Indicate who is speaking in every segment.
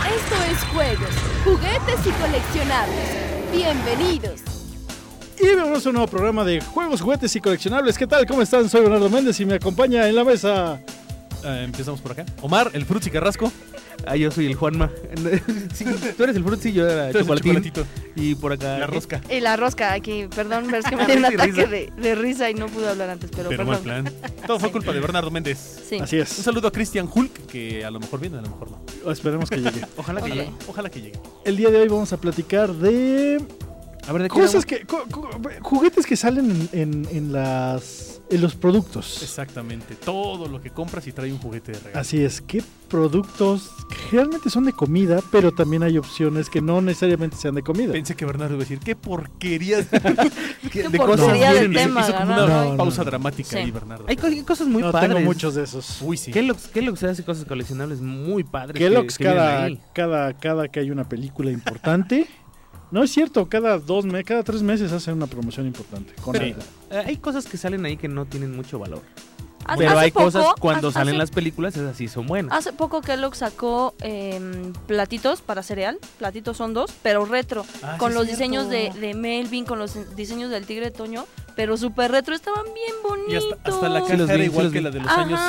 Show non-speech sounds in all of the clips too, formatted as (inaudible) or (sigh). Speaker 1: Grandes juegos, juguetes y coleccionables. Bienvenidos.
Speaker 2: Y bienvenidos a un nuevo programa de juegos, juguetes y coleccionables. ¿Qué tal? ¿Cómo están? Soy Bernardo Méndez y me acompaña en la mesa.
Speaker 3: Eh, empezamos por acá. Omar, el Frutzi Carrasco. Este
Speaker 4: Ah, yo soy el Juanma. (laughs) Sí, tú eres el Frutzi, yo era
Speaker 3: Tú eres el
Speaker 4: chocolatín.
Speaker 3: chocolatito.
Speaker 4: Y por acá.
Speaker 5: Ah,
Speaker 3: La rosca.
Speaker 5: Y la rosca aquí, perdón, pero es
Speaker 4: (laughs)
Speaker 5: que me dio un
Speaker 4: Risa y
Speaker 5: ataque de, de risa y no pude hablar antes, pero,
Speaker 3: Pero mal
Speaker 5: perdón.
Speaker 3: plan. Todo fue culpa de Bernardo Méndez.
Speaker 5: Sí.
Speaker 2: Así
Speaker 3: Un
Speaker 2: es.
Speaker 3: saludo a Christian Hulk, que a lo mejor viene, a lo mejor no.
Speaker 2: Esperemos que llegue.
Speaker 3: Ojalá que
Speaker 5: Ok.
Speaker 3: llegue. Ojalá que llegue.
Speaker 2: (laughs) El día de hoy vamos a platicar de
Speaker 4: eh, A ver, ¿de qué
Speaker 2: cosas
Speaker 4: hablamos?
Speaker 2: que co- co- juguetes que salen en, en- en las en los productos.
Speaker 3: Exactamente. Todo lo que compras y trae un juguete de regalo.
Speaker 2: Así es, ¿qué productos generalmente son de comida, pero también hay opciones que no necesariamente sean de comida?
Speaker 3: Pensé que Bernardo iba a decir, qué porquerías.
Speaker 5: (laughs)
Speaker 3: (laughs)
Speaker 5: Qué
Speaker 3: de
Speaker 2: cosas
Speaker 5: porquería de
Speaker 2: bien.
Speaker 5: tema,
Speaker 3: Hizo como
Speaker 5: Bernardo,
Speaker 3: una
Speaker 2: No,
Speaker 5: ¿eh?
Speaker 2: no,
Speaker 3: pausa
Speaker 2: no.
Speaker 3: dramática
Speaker 5: Sí.
Speaker 3: ahí, Bernardo.
Speaker 4: Hay co- hay cosas muy
Speaker 2: no
Speaker 4: padres.
Speaker 2: tengo muchos de esos.
Speaker 3: Uy, sí.
Speaker 4: Kellogg's, Kellogg's hace cosas coleccionables muy padres. que-
Speaker 2: Kellogg's
Speaker 4: que
Speaker 2: cada,
Speaker 4: vienen ahí.
Speaker 2: cada, cada que hay una película importante. (laughs) No es cierto, cada dos me- cada tres meses hacen una promoción importante. Con
Speaker 3: Pero-
Speaker 2: algo.
Speaker 4: Eh, hay cosas que salen ahí que no tienen mucho valor.
Speaker 5: Hace-
Speaker 4: pero
Speaker 5: hace
Speaker 4: hay cosas
Speaker 5: poco-
Speaker 4: cuando
Speaker 5: hace- Ah,
Speaker 4: salen las películas, esas sí son buenas.
Speaker 5: Hace poco Kellogg sacó em, platitos para cereal, platitos son dos, pero retro,
Speaker 3: Ah,
Speaker 5: con
Speaker 3: sí,
Speaker 5: los
Speaker 3: es
Speaker 5: diseños de,
Speaker 3: cierto.
Speaker 5: de Melvin, con los diseños del Tigre Toño, pero súper retro, estaban bien
Speaker 3: Y
Speaker 5: bonitos.
Speaker 3: hasta, hasta la
Speaker 4: Sí
Speaker 3: caja
Speaker 4: los
Speaker 3: era
Speaker 4: vi, sí
Speaker 3: igual
Speaker 4: los
Speaker 3: que
Speaker 4: vi.
Speaker 3: la de los
Speaker 5: Ajá.
Speaker 3: años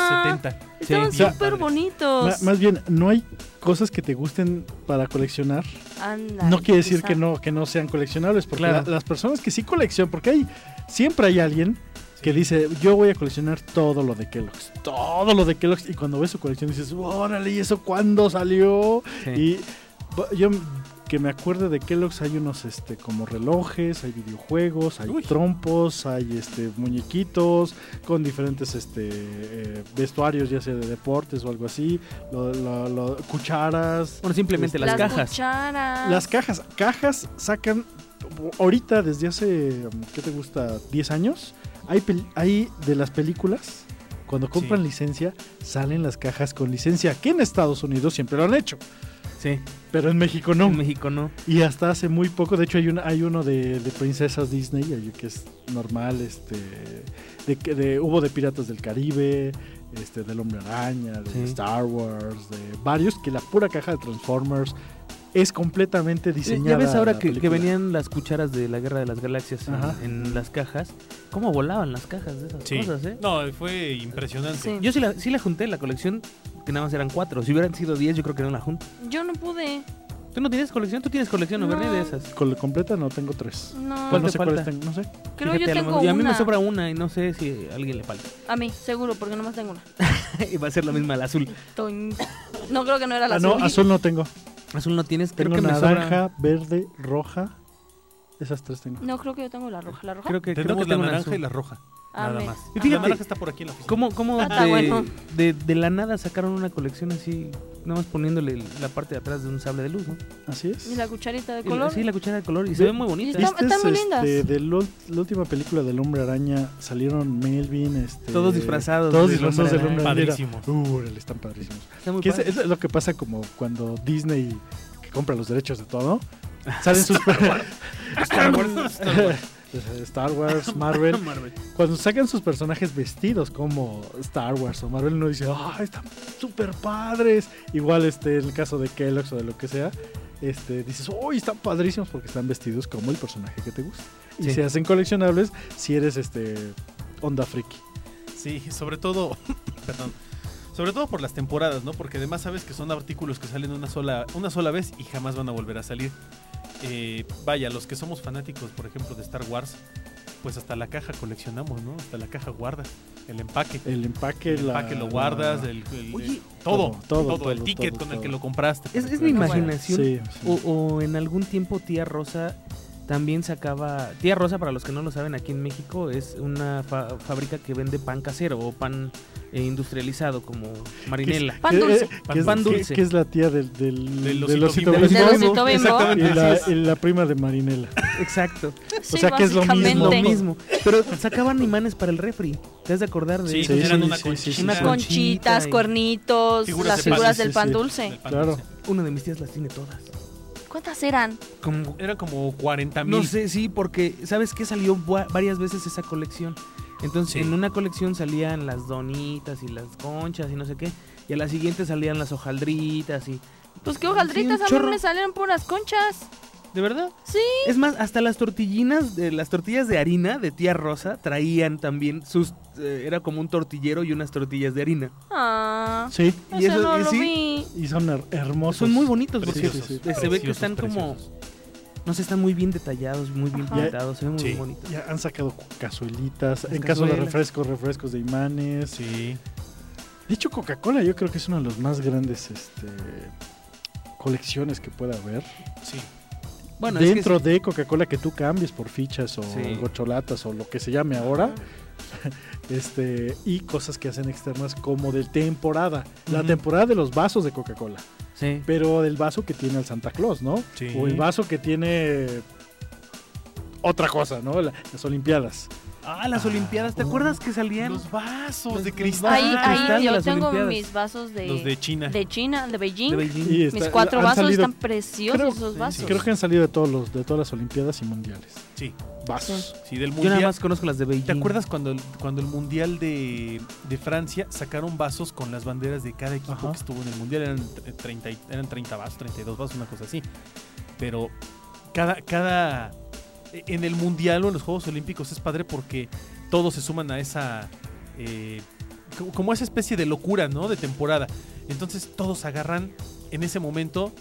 Speaker 3: 70.
Speaker 5: Estaban
Speaker 2: Sí, bien
Speaker 5: súper
Speaker 3: padres.
Speaker 2: Ma-
Speaker 5: bonitos.
Speaker 2: más bien, no hay cosas que te gusten para coleccionar.
Speaker 5: Ándale,
Speaker 2: No quiere decir
Speaker 5: quizá.
Speaker 2: que no, que no sean coleccionables, porque
Speaker 4: Claro.
Speaker 2: la- las personas que sí coleccionan, porque hay, siempre hay alguien que dice, yo voy a coleccionar todo lo de Kellogg's, todo lo de Kellogg's, y cuando ves su colección dices, órale, ¿y eso cuándo salió?
Speaker 4: Sí.
Speaker 2: Y bo- yo que me acuerdo de Kellogg's hay unos este como relojes, hay videojuegos, hay
Speaker 3: Uy.
Speaker 2: trompos, hay este muñequitos con diferentes este eh, vestuarios, ya sea de deportes o algo así, lo- lo- lo- cucharas,
Speaker 4: Bueno, simplemente las, cajas.
Speaker 5: cucharas.
Speaker 2: las cajas, cajas sacan ahorita desde hace, um, ¿qué te gusta? 10 años. Hay, pel- hay de las películas, cuando compran
Speaker 3: Sí.
Speaker 2: licencia, salen las cajas con licencia, que en Estados Unidos siempre lo han hecho,
Speaker 4: Sí,
Speaker 2: pero en México no.
Speaker 4: en México no.
Speaker 2: Y hasta hace muy poco, de hecho hay, una, hay uno de, de princesas Disney, hay- que es normal, este, de, que- de- hubo de Piratas del Caribe, este, del Hombre Araña, de
Speaker 4: Sí.
Speaker 2: Star Wars, de varios, que la pura caja de Transformers es completamente diseñada.
Speaker 4: ya ves ahora
Speaker 2: la
Speaker 4: que, que
Speaker 2: película.
Speaker 4: venían las cucharas de la Guerra de las Galaxias en,
Speaker 2: Ajá.
Speaker 4: en las cajas, cómo volaban las cajas de esas
Speaker 3: Sí.
Speaker 4: cosas, ¿eh?
Speaker 3: No, fue impresionante.
Speaker 5: Sí.
Speaker 4: Yo sí la, sí la junté, la colección, que nada más eran cuatro. Si hubieran sido diez, yo creo que no la junto.
Speaker 5: Yo no pude.
Speaker 4: ¿Tú no tienes colección? ¿Tú tienes colección,
Speaker 5: No.
Speaker 4: no. de esas?
Speaker 2: Con la completa no tengo tres.
Speaker 5: No,
Speaker 2: Pues
Speaker 4: ¿Cuál
Speaker 2: no
Speaker 4: Ah, te
Speaker 2: sé cuáles
Speaker 4: falta?
Speaker 2: tengo, no sé.
Speaker 5: creo
Speaker 4: Fíjate,
Speaker 5: yo
Speaker 4: a lo
Speaker 5: tengo
Speaker 4: mejor- Y
Speaker 5: una.
Speaker 4: a mí me sobra una y no sé si a alguien le falta. (laughs)
Speaker 5: A mí, seguro, porque nomás tengo una.
Speaker 4: y va a ser la misma, la azul.
Speaker 5: Toñ. No creo que no era la
Speaker 2: Ah, no,
Speaker 5: azul.
Speaker 2: azul no tengo.
Speaker 4: Azul no tienes, creo
Speaker 2: Tengo
Speaker 4: que me sobra.
Speaker 2: naranja, verde, roja. Esas tres tengo.
Speaker 5: No, creo que yo tengo la roja. ¿La roja?
Speaker 4: Creo que, creo que
Speaker 3: Tenemos la
Speaker 4: tengo una
Speaker 3: naranja y
Speaker 4: azul.
Speaker 3: la roja.
Speaker 5: Ah,
Speaker 3: nada
Speaker 5: me-
Speaker 3: más.
Speaker 5: Y
Speaker 3: la
Speaker 4: fíjate-
Speaker 3: naranja está por aquí en la oficina.
Speaker 4: ¿Cómo, cómo
Speaker 5: Ah, está
Speaker 4: de,
Speaker 5: bueno.
Speaker 4: de, de la nada sacaron una colección así, nada más poniéndole la parte de atrás de un sable de luz, ¿no?
Speaker 2: Así es.
Speaker 5: Y la cucharita de
Speaker 4: Y la-
Speaker 5: color.
Speaker 4: Sí, la cuchara de color. Y se
Speaker 2: Ve-
Speaker 4: ve muy bonita.
Speaker 5: Y está-
Speaker 2: ¿Viste
Speaker 5: están muy
Speaker 2: este,
Speaker 5: lindas.
Speaker 2: de la ul- la última película del Hombre Araña salieron Melvin, este,
Speaker 4: Todos disfrazados
Speaker 2: Todos
Speaker 4: del
Speaker 2: disfrazados del
Speaker 4: Hombre
Speaker 2: Hombre Araña.
Speaker 3: Padrísimo.
Speaker 2: Uh, órale, están padrísimos.
Speaker 4: Está muy
Speaker 2: Que es,
Speaker 4: padre.
Speaker 2: es lo que pasa como cuando Disney que compra los derechos de todo. Salen
Speaker 4: (laughs)
Speaker 2: sus Star Wars, (laughs) Star Wars, Marvel, cuando sacan sus personajes vestidos como Star Wars o Marvel, uno dice, ¡ah, están súper padres! Igual este, en el caso de Kellogg's o de lo que sea, este, dices, ¡uy, están padrísimos! Porque están vestidos como el personaje que te gusta. Y
Speaker 4: Sí.
Speaker 2: se hacen coleccionables si eres este onda friki.
Speaker 3: Sí, sobre todo, (laughs) perdón, sobre todo por las temporadas, ¿no? Porque además sabes que son artículos que salen una sola, una sola vez y jamás van a volver a salir. Eh, vaya, los que somos fanáticos, por ejemplo, de Star Wars, pues hasta la caja coleccionamos, ¿no? Hasta la caja guardas, el empaque.
Speaker 2: El empaque,
Speaker 3: El
Speaker 2: la-
Speaker 3: empaque lo guardas,
Speaker 2: la-
Speaker 3: el, el-
Speaker 4: Oye,
Speaker 3: todo,
Speaker 2: todo,
Speaker 3: todo,
Speaker 2: todo,
Speaker 3: el
Speaker 2: todo,
Speaker 3: ticket
Speaker 2: todo,
Speaker 3: con el que
Speaker 2: todo.
Speaker 3: lo compraste.
Speaker 4: Es, es
Speaker 2: Muy
Speaker 4: mi
Speaker 5: bueno.
Speaker 4: imaginación.
Speaker 2: Sí, sí.
Speaker 4: O,
Speaker 3: Uh,
Speaker 4: o en algún tiempo Tía Rosa también sacaba... Tía Rosa, para los que no lo saben, aquí en México es una fa- fábrica que vende pan casero o pan eh, industrializado como marinela.
Speaker 5: Pan
Speaker 2: Que-
Speaker 5: dulce.
Speaker 2: que
Speaker 3: Pan
Speaker 2: es-
Speaker 4: dulce.
Speaker 2: que- Que, es la tía del, del,
Speaker 3: Del
Speaker 2: del
Speaker 3: osito
Speaker 2: osito
Speaker 3: bimbo.
Speaker 2: bimbo
Speaker 5: Del osito bimbo.
Speaker 2: y
Speaker 3: Exactamente.
Speaker 2: la,
Speaker 3: así
Speaker 2: y la prima de Marinela.
Speaker 4: (laughs) Exacto.
Speaker 5: Sí,
Speaker 2: sea, que es lo
Speaker 4: Es lo
Speaker 2: Mente.
Speaker 5: básicamente.
Speaker 4: mismo. Pero sacaban imanes para el refri. ¿Te has de acordar de
Speaker 3: Sí, pues
Speaker 4: eso?
Speaker 2: sí,
Speaker 3: eran
Speaker 2: sí,
Speaker 3: una
Speaker 2: sí,
Speaker 3: conchita,
Speaker 2: sí, sí,
Speaker 4: Una
Speaker 2: sí.
Speaker 4: con-
Speaker 5: Conchitas,
Speaker 4: y-
Speaker 5: cuernitos,
Speaker 3: Figuras
Speaker 5: las
Speaker 3: de
Speaker 5: figuras
Speaker 2: pan. Sí,
Speaker 5: del
Speaker 2: sí,
Speaker 5: pan
Speaker 2: sí.
Speaker 3: del
Speaker 5: dulce.
Speaker 3: pan
Speaker 2: Claro.
Speaker 3: dulce.
Speaker 4: Una de mis tías las tiene todas.
Speaker 5: ¿Cuántas eran?
Speaker 4: Como,
Speaker 3: Eran como 40 mil.
Speaker 4: no sé, sí, porque ¿sabes qué? Salió va- varias veces esa colección. Entonces,
Speaker 3: Sí.
Speaker 4: en una colección salían las donitas y las conchas y no sé qué. Y a la siguiente salían las hojaldritas y
Speaker 5: Pues qué hojaldritas,
Speaker 4: Sí, un
Speaker 5: a
Speaker 4: chorro.
Speaker 5: mí me salieron puras conchas.
Speaker 4: ¿De verdad?
Speaker 5: Sí.
Speaker 4: Es más, hasta las tortillinas, de, las tortillas de harina de tía Rosa traían también sus. eh, era como un tortillero y unas tortillas de harina.
Speaker 5: Ah,
Speaker 2: Sí,
Speaker 4: Y
Speaker 5: ese
Speaker 4: eso-
Speaker 5: no
Speaker 4: y
Speaker 5: lo
Speaker 4: sí,
Speaker 5: vi.
Speaker 2: y son her- hermosos.
Speaker 4: Son muy bonitos, por
Speaker 3: Preciosos,
Speaker 4: cierto. Eh, se ve que
Speaker 3: preciosos,
Speaker 4: están como.
Speaker 3: preciosos.
Speaker 4: No sé, están muy bien detallados, muy bien
Speaker 5: Ajá.
Speaker 4: pintados, se ven muy
Speaker 3: Sí.
Speaker 4: bonitos.
Speaker 2: Ya han sacado cu- cazuelitas.
Speaker 4: Las
Speaker 2: en caso de
Speaker 4: cazuelas.
Speaker 2: refrescos, refrescos de imanes.
Speaker 3: Sí.
Speaker 2: De hecho, Coca-Cola yo creo que es uno de los más grandes este, colecciones que pueda haber.
Speaker 3: Sí.
Speaker 4: Bueno, es que
Speaker 2: Dentro de Coca-Cola que tú cambies por fichas o
Speaker 4: Sí.
Speaker 2: gocholatas o lo que se llame ahora. (laughs) Este, y cosas que hacen externas como de temporada. La
Speaker 3: Ujú.
Speaker 2: temporada de los vasos de Coca-Cola.
Speaker 4: sí.
Speaker 2: Pero del vaso que tiene el Santa Claus, ¿no?
Speaker 3: Sí.
Speaker 2: O el vaso que tiene otra cosa, ¿no? La- las Olimpiadas.
Speaker 4: Ah, las Olimpiadas. ¿Te
Speaker 2: oh.
Speaker 4: acuerdas que salían?
Speaker 3: Los vasos de
Speaker 4: Los- los
Speaker 3: cristal.
Speaker 4: vasos
Speaker 5: Ahí,
Speaker 4: de cristal
Speaker 5: ahí
Speaker 4: de
Speaker 5: yo
Speaker 4: las
Speaker 5: tengo
Speaker 4: Olimpiadas.
Speaker 5: mis vasos de,
Speaker 3: Los de China.
Speaker 5: de China, de Beijing.
Speaker 4: de Beijing.
Speaker 2: Y
Speaker 5: Mis
Speaker 2: está-
Speaker 5: cuatro
Speaker 2: han
Speaker 5: vasos
Speaker 2: salido-
Speaker 5: están preciosos
Speaker 2: creo-
Speaker 5: esos
Speaker 4: sí,
Speaker 5: vasos.
Speaker 2: Creo que han salido de todos los, de todas las Olimpiadas y mundiales.
Speaker 3: Sí.
Speaker 2: Vasos.
Speaker 3: Sí, del
Speaker 4: Yo
Speaker 3: mundial.
Speaker 4: nada más conozco las de Beijing.
Speaker 3: ¿Te acuerdas cuando el, cuando el Mundial de, de Francia sacaron vasos con las banderas de cada equipo
Speaker 2: Ajá.
Speaker 3: que estuvo en el Mundial? Eran tre- 30, y- eran 30 vasos, 32 vasos, una cosa así. Pero cada, cada... e, En el Mundial o en los Juegos Olímpicos es padre porque todos se suman a esa... eh, co- como esa especie de locura, ¿no? De temporada. Entonces todos agarran en ese momento...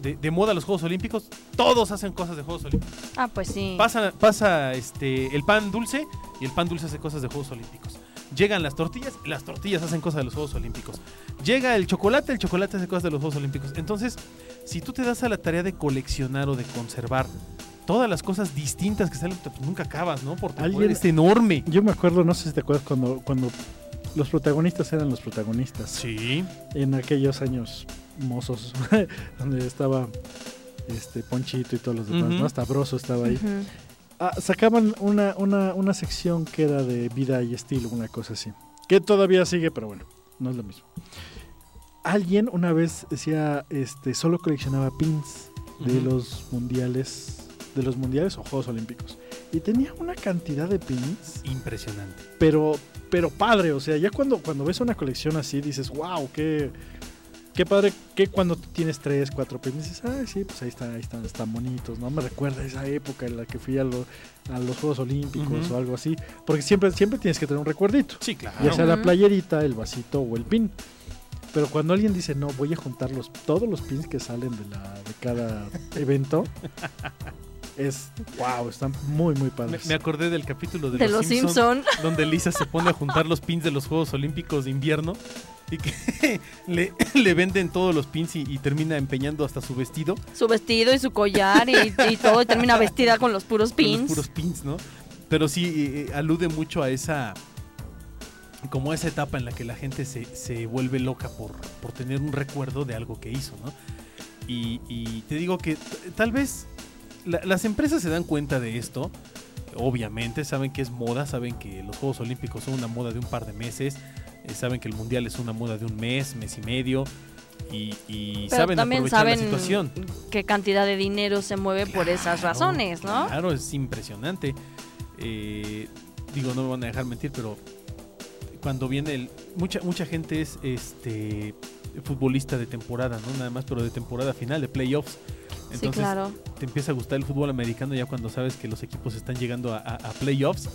Speaker 3: De, de moda los Juegos Olímpicos, todos hacen cosas de Juegos Olímpicos.
Speaker 5: Ah, pues sí.
Speaker 3: Pasa, pasa este, el pan dulce y el pan dulce hace cosas de Juegos Olímpicos. Llegan las tortillas y las tortillas hacen cosas de los Juegos Olímpicos. Llega el chocolate, el chocolate hace cosas de los Juegos Olímpicos. Entonces, si tú te das a la tarea de coleccionar o de conservar todas las cosas distintas que salen, pues, nunca acabas, ¿no? Porque
Speaker 2: Alguien-
Speaker 3: es enorme.
Speaker 2: Yo me acuerdo, no sé si te acuerdas, cuando, cuando los protagonistas eran los protagonistas.
Speaker 3: Sí.
Speaker 2: En aquellos años mozos, (laughs) donde estaba este Ponchito y todos los demás,
Speaker 3: Ujú.
Speaker 2: ¿no? Hasta Broso estaba ahí.
Speaker 5: Ujú.
Speaker 2: Ah, sacaban una, una, una sección que era de vida y estilo, una cosa así. Que todavía sigue, pero bueno, no es lo mismo. Alguien una vez decía, este, solo coleccionaba pins de
Speaker 3: Ujú.
Speaker 2: los mundiales, de los mundiales o Juegos Olímpicos. Y tenía una cantidad de pins,
Speaker 3: Impresionante.
Speaker 2: pero, pero padre, o sea, ya cuando, cuando ves una colección así dices, wow, qué, qué padre, que cuando tú tienes tres, cuatro pins, dices, ah, sí, pues ahí están, ahí están, están bonitos, ¿no? Me recuerda a esa época en la que fui a, lo- a los Juegos Olímpicos
Speaker 3: Ujú.
Speaker 2: o algo así, porque siempre, siempre tienes que tener un recuerdito,
Speaker 3: Sí, claro.
Speaker 2: ya sea la
Speaker 5: Ujú.
Speaker 2: playerita, el vasito o el pin. Pero cuando alguien dice, no, voy a juntar los, todos los pins que salen de, la, de cada
Speaker 3: (laughs)
Speaker 2: evento, es, wow, están muy, muy
Speaker 3: me,
Speaker 2: padres.
Speaker 3: me acordé del capítulo de,
Speaker 5: De los Simpson.
Speaker 3: donde Lisa se pone a juntar los pins de los Juegos Olímpicos de invierno y que (laughs) le, le venden todos los pins y, y termina empeñando hasta su vestido con
Speaker 5: Su vestido y su collar y, y todo. Y termina vestida con los puros
Speaker 3: los
Speaker 5: pins.
Speaker 3: puros pins, ¿no? Pero sí eh, eh, alude mucho a esa como a esa etapa en la que la gente se, se vuelve loca por, por tener un recuerdo de algo que hizo, ¿no? Y, y te digo que t- tal vez la- las empresas se dan cuenta de esto, obviamente, saben que es moda, saben que los Juegos Olímpicos son una moda de un par de meses, eh, saben que el Mundial es una moda de un mes, mes y medio, y, y
Speaker 5: Pero
Speaker 3: saben
Speaker 5: también
Speaker 3: aprovechar
Speaker 5: saben
Speaker 3: la situación.
Speaker 5: qué cantidad de dinero se mueve por
Speaker 3: Claro,
Speaker 5: esas
Speaker 3: Ah,
Speaker 5: razones, ¿no?
Speaker 3: Claro, es impresionante. Eh, digo, no me van a dejar mentir, pero cuando viene el. Mucha, mucha gente es este futbolista de temporada, ¿no? Nada más, pero de temporada final, de playoffs. Entonces,
Speaker 5: sí, claro.
Speaker 3: te empieza a gustar el fútbol americano ya cuando sabes que los equipos están llegando a, a- a playoffs.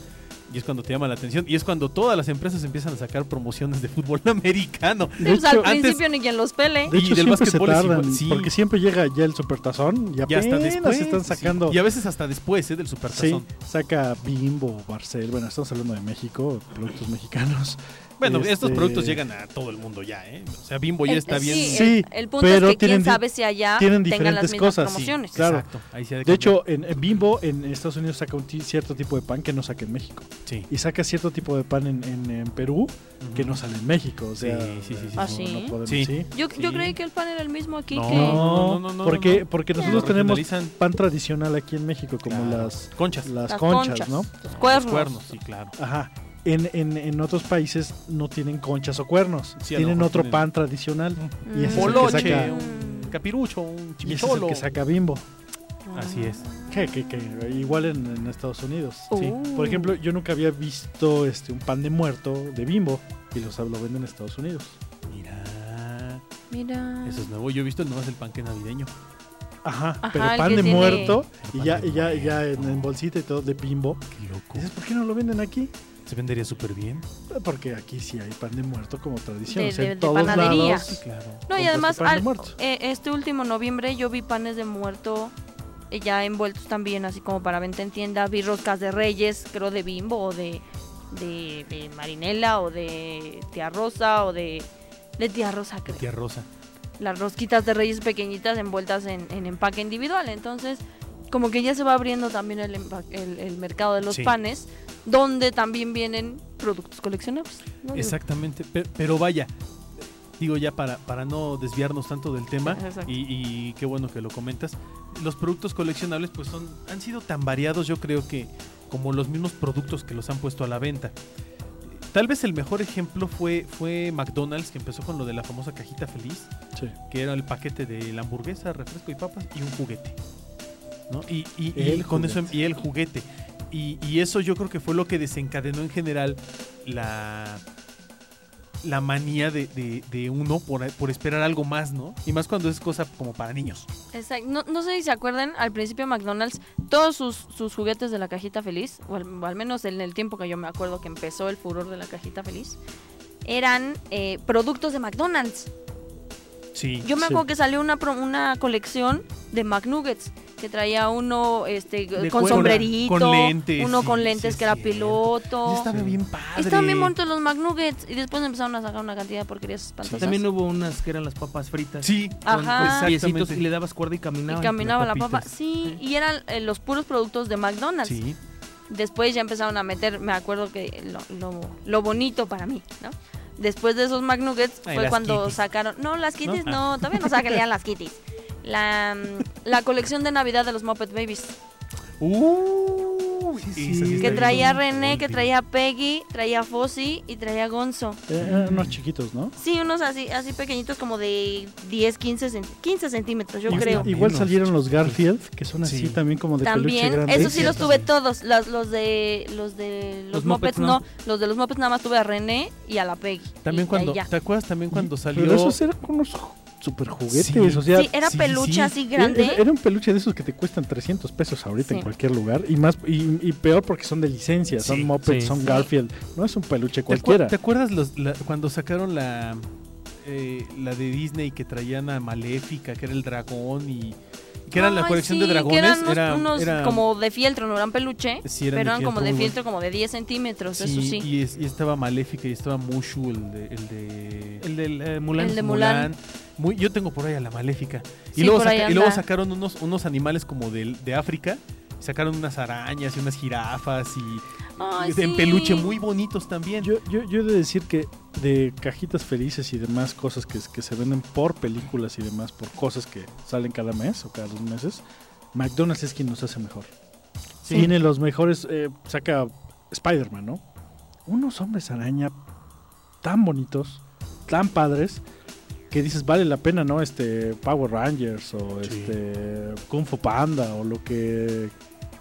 Speaker 3: Y es cuando te llama la atención. Y es cuando todas las empresas empiezan a sacar promociones de fútbol (laughs) americano.
Speaker 5: Sí,
Speaker 2: De
Speaker 5: pues, al
Speaker 2: hecho-
Speaker 3: antes-
Speaker 5: principio ni quien los pele.
Speaker 2: De
Speaker 3: Y
Speaker 2: hecho,
Speaker 3: del
Speaker 2: siempre se
Speaker 3: básquetbol es igual,
Speaker 2: tardan,
Speaker 3: sí.
Speaker 2: porque siempre llega ya el supertazón y
Speaker 3: Ya
Speaker 2: apenas
Speaker 3: hasta después.
Speaker 2: están sacando.
Speaker 3: sí. Y a veces hasta después, ¿eh? Del
Speaker 2: Sí,
Speaker 3: supertazón.
Speaker 2: saca Bimbo, Barcel, bueno, estamos hablando de México, productos mexicanos.
Speaker 3: Bueno, estos
Speaker 2: Este-
Speaker 3: productos llegan a todo el mundo ya, ¿eh? O sea, Bimbo ya
Speaker 5: El-
Speaker 3: está
Speaker 5: sí, eh,
Speaker 3: bien.
Speaker 5: el-
Speaker 2: Sí,
Speaker 5: el, punto
Speaker 2: pero
Speaker 5: es que
Speaker 2: tienen
Speaker 5: quién
Speaker 2: di-
Speaker 5: sabe si allá
Speaker 2: tienen
Speaker 5: tengan
Speaker 2: diferentes
Speaker 5: las mismas
Speaker 2: cosas, sí,
Speaker 5: promociones.
Speaker 2: claro.
Speaker 3: Exacto. Ahí sí ha
Speaker 2: De
Speaker 3: cambiar.
Speaker 2: hecho, en, en Bimbo, en Estados Unidos, saca un ti- cierto tipo de pan que no saca en México.
Speaker 3: sí.
Speaker 2: Y saca cierto tipo de pan en, en- en Perú que
Speaker 3: Ujú.
Speaker 2: no sale en México. O sea,
Speaker 3: Sí, sí, sí, sí.
Speaker 5: ¿Ah,
Speaker 2: no-
Speaker 5: sí?
Speaker 2: no podemos-
Speaker 3: Sí.
Speaker 2: sí.
Speaker 5: Yo, yo
Speaker 3: Sí.
Speaker 5: creí que el pan era el mismo aquí
Speaker 3: No.
Speaker 5: que...
Speaker 2: No,
Speaker 3: no, no,
Speaker 2: porque,
Speaker 3: no.
Speaker 2: porque
Speaker 3: Lo
Speaker 2: nosotros tenemos
Speaker 3: regionalizan.
Speaker 2: pan tradicional aquí en México, como
Speaker 3: Claro.
Speaker 2: las,
Speaker 3: conchas.
Speaker 2: las,
Speaker 5: Las
Speaker 2: conchas, ¿no?
Speaker 5: Los
Speaker 3: Los
Speaker 5: cuernos.
Speaker 3: cuernos, sí, claro.
Speaker 2: Ajá. En, en- en otros países no tienen conchas o cuernos.
Speaker 3: Sí, a lo
Speaker 2: tienen
Speaker 3: mejor
Speaker 2: otro
Speaker 3: tienen-
Speaker 2: pan tradicional. Y ese
Speaker 5: Mm.
Speaker 2: es el que
Speaker 3: Poloche,
Speaker 2: saca,
Speaker 3: un capirucho,
Speaker 2: y
Speaker 3: un
Speaker 2: ese es el
Speaker 3: chimicholo.
Speaker 2: que saca Bimbo.
Speaker 3: Así es.
Speaker 2: Que, que- que igual en, en Estados Unidos. sí.
Speaker 5: Uh.
Speaker 2: Por ejemplo, yo nunca había visto este un pan de muerto de Bimbo. Y los lo venden en Estados Unidos.
Speaker 3: Mira.
Speaker 5: Mm. Mira.
Speaker 3: Eso es nuevo. Yo he visto nomás el panque navideño.
Speaker 2: Ajá,
Speaker 5: Ajá,
Speaker 2: pero
Speaker 5: el
Speaker 2: pan
Speaker 5: que
Speaker 2: de
Speaker 5: tiene-
Speaker 2: muerto y
Speaker 3: Pan
Speaker 2: ya,
Speaker 3: de
Speaker 2: y ya, y ya en,
Speaker 3: muerto.
Speaker 2: en bolsita y todo de bimbo.
Speaker 3: Qué loco.
Speaker 2: Dices, ¿por qué no lo venden aquí?
Speaker 3: Se vendería súper bien.
Speaker 2: Porque aquí sí hay pan de muerto como tradición.
Speaker 5: De-
Speaker 2: o sea,
Speaker 5: de-
Speaker 2: en
Speaker 5: de
Speaker 2: todos
Speaker 5: panadería.
Speaker 2: lados.
Speaker 3: Sí, claro.
Speaker 5: No, y
Speaker 2: Compraste
Speaker 5: además,
Speaker 2: pan de
Speaker 5: al-
Speaker 2: muerto.
Speaker 5: eh, este último noviembre yo vi panes de muerto eh, ya envueltos también, así como para venta en tienda. Vi roscas de reyes, creo de bimbo o de, de, de marinela o de tía rosa o de, de tía rosa, creo.
Speaker 3: Tía Rosa.
Speaker 5: Las rosquitas de reyes pequeñitas envueltas en, en empaque individual. Entonces, como que ya se va abriendo también el, empa- el, el mercado de los
Speaker 3: Sí.
Speaker 5: panes, donde también vienen productos coleccionables. ¿no?
Speaker 3: Exactamente. Pe- Pero, vaya, digo ya para, para no desviarnos tanto del tema,
Speaker 5: Exacto.
Speaker 3: y, y qué bueno que lo comentas, los productos coleccionables pues son, han sido tan variados yo creo que como los mismos productos que los han puesto a la venta. Tal vez el mejor ejemplo fue, fue McDonald's que empezó con lo de la famosa cajita feliz.
Speaker 2: Sí.
Speaker 3: que era el paquete de la hamburguesa, refresco y papas y un juguete. ¿no? Y, y- y
Speaker 2: El
Speaker 3: con eso
Speaker 2: juguete.
Speaker 3: y el juguete. Y, y eso yo creo que fue lo que desencadenó en general la, la manía de, de- de uno por, por esperar algo más, ¿no? Y más cuando es cosa como para niños.
Speaker 5: Exacto. No, no sé si se acuerdan, al principio McDonald's, todos sus, sus juguetes de la cajita feliz, o al, o al menos en el tiempo que yo me acuerdo que empezó el furor de la cajita feliz, eran eh, productos de McDonald's.
Speaker 3: Sí.
Speaker 5: Yo me
Speaker 2: Sí.
Speaker 5: acuerdo que salió una, pro- una colección de McNuggets que traía uno este,
Speaker 3: De
Speaker 5: con
Speaker 3: cuerda,
Speaker 5: sombrerito,
Speaker 3: con lentes,
Speaker 5: uno
Speaker 3: sí,
Speaker 5: con
Speaker 3: sí
Speaker 5: lentes
Speaker 3: es
Speaker 5: que era
Speaker 3: cierto.
Speaker 5: piloto.
Speaker 3: estaba bien padre.
Speaker 5: Estaban bien bonitos los McNuggets y después empezaron a sacar una cantidad de porquerías espantosas.
Speaker 4: También hubo unas que eran las papas fritas.
Speaker 3: Sí.
Speaker 4: con-
Speaker 5: Ajá.
Speaker 4: Con piecitos
Speaker 3: Exactamente.
Speaker 4: y le dabas cuerda y
Speaker 5: y
Speaker 4: caminaba.
Speaker 5: Ah. caminaba la papa.
Speaker 3: papitas.
Speaker 5: Sí, y eran eh, los puros productos de McDonald's.
Speaker 3: Sí.
Speaker 5: Después ya empezaron a meter, me acuerdo que lo, lo, lo bonito para mí, ¿no? Después de esos McNuggets
Speaker 3: Ay,
Speaker 5: fue
Speaker 3: las
Speaker 5: cuando
Speaker 3: Kitties.
Speaker 5: sacaron... No, las kitties
Speaker 3: Ah.
Speaker 5: no, todavía no sacarían las kitties. La, mm, la colección de Navidad de los Muppet Babies.
Speaker 3: Uh, esa
Speaker 4: Sí, sí.
Speaker 3: está
Speaker 5: Que
Speaker 3: bien
Speaker 5: traía
Speaker 3: bonita.
Speaker 5: René, que traía Peggy, traía Fozzie y traía Gonzo.
Speaker 2: Eh, eran unos chiquitos, ¿no?
Speaker 5: Sí, unos así, así pequeñitos como de 10, 15, cent- 15 centímetros, yo
Speaker 3: Y-
Speaker 5: creo.
Speaker 3: y-
Speaker 2: Igual
Speaker 3: Menos.
Speaker 2: salieron los Garfield, que son así
Speaker 3: Sí.
Speaker 2: también como de peluche
Speaker 5: También,
Speaker 2: grande.
Speaker 5: esos sí los
Speaker 3: Cierto,
Speaker 5: tuve
Speaker 3: sí.
Speaker 5: todos, las- los de los de los,
Speaker 4: Los Muppets
Speaker 5: Muppets, no.
Speaker 4: no.
Speaker 5: los de los Muppets nada más tuve a René y a la Peggy.
Speaker 3: También
Speaker 5: Y-
Speaker 3: cuando,
Speaker 5: y ya.
Speaker 3: ¿te acuerdas también cuando salió?
Speaker 2: Pero esos eran como unos super juguetes,
Speaker 3: Sí.
Speaker 2: o sea,
Speaker 5: sí, era
Speaker 3: sí,
Speaker 5: peluche
Speaker 3: sí.
Speaker 5: así
Speaker 2: Era-
Speaker 5: grande.
Speaker 2: Era un peluche de esos que te cuestan 300 pesos ahorita
Speaker 5: Sí.
Speaker 2: en cualquier lugar. Y más y, y peor porque son de licencia.
Speaker 3: Sí,
Speaker 2: son Muppets,
Speaker 4: sí,
Speaker 2: son
Speaker 5: sí.
Speaker 2: Garfield. No es un peluche
Speaker 3: ¿Te acuer-
Speaker 2: cualquiera.
Speaker 3: ¿Te acuerdas los- la- cuando sacaron la, eh, la de Disney que traían a Maléfica, que era el dragón y que eran la
Speaker 5: Ay,
Speaker 3: colección
Speaker 5: sí,
Speaker 3: de
Speaker 5: que
Speaker 3: dragones?
Speaker 5: eran unos,
Speaker 3: era,
Speaker 5: unos
Speaker 3: era-
Speaker 5: como de fieltro, no eran peluche,
Speaker 3: sí, eran
Speaker 5: pero eran como de
Speaker 3: muy
Speaker 5: fieltro como de 10 centímetros,
Speaker 3: buenos.
Speaker 5: eso
Speaker 3: Sí,
Speaker 5: sí.
Speaker 3: Y, es- y estaba Maléfica y estaba Mushu, el de, el de
Speaker 4: El del eh, Mulan.
Speaker 5: El de Mulan.
Speaker 3: Muy, yo tengo por ahí a la Maléfica. Y,
Speaker 5: Sí,
Speaker 3: luego,
Speaker 5: por ahí
Speaker 3: saca- y luego
Speaker 5: anda.
Speaker 3: sacaron unos, unos animales como de, de África. Sacaron unas arañas y unas jirafas y
Speaker 5: Ay,
Speaker 3: en
Speaker 5: sí.
Speaker 3: peluche muy bonitos también.
Speaker 2: Yo, yo, yo he de decir que de cajitas felices y demás cosas que, que se venden por películas y demás, por cosas que salen cada mes o cada dos meses, McDonald's es quien nos hace mejor.
Speaker 5: Sí.
Speaker 2: Tiene los mejores, eh, saca Spider-Man, ¿no? Unos hombres araña tan bonitos, tan padres, que dices, vale la pena, ¿no? Este Power Rangers o
Speaker 3: Sí.
Speaker 2: este Kung Fu Panda o lo que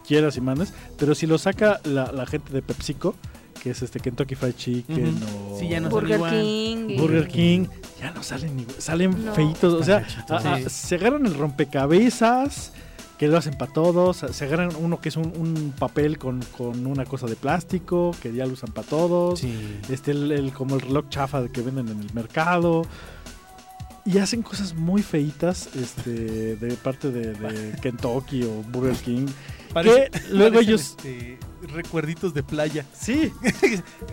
Speaker 2: quieras y mandes, pero si lo saca la, la gente de PepsiCo, que es este Kentucky Fried Chicken o
Speaker 4: Sí, ya no
Speaker 5: Burger
Speaker 4: Igual.
Speaker 3: ¿eh?
Speaker 5: King. y-
Speaker 2: Burger King, ya no salen ni- salen
Speaker 5: No.
Speaker 2: feitos, o sea,
Speaker 3: Están
Speaker 2: a- a-
Speaker 4: sí.
Speaker 2: se agarran el rompecabezas que lo hacen para todos, se agarran uno que es un, un papel con, con una cosa de plástico que ya lo usan para todos,
Speaker 3: Sí.
Speaker 2: este el, el- como el reloj chafa de que venden en el mercado. Y hacen cosas muy feitas este, de parte de,
Speaker 4: (laughs)
Speaker 2: de Kentucky o Burger King.
Speaker 3: Parece-
Speaker 2: que luego
Speaker 3: parecen,
Speaker 2: ellos...
Speaker 3: este, recuerditos de playa.
Speaker 2: Sí,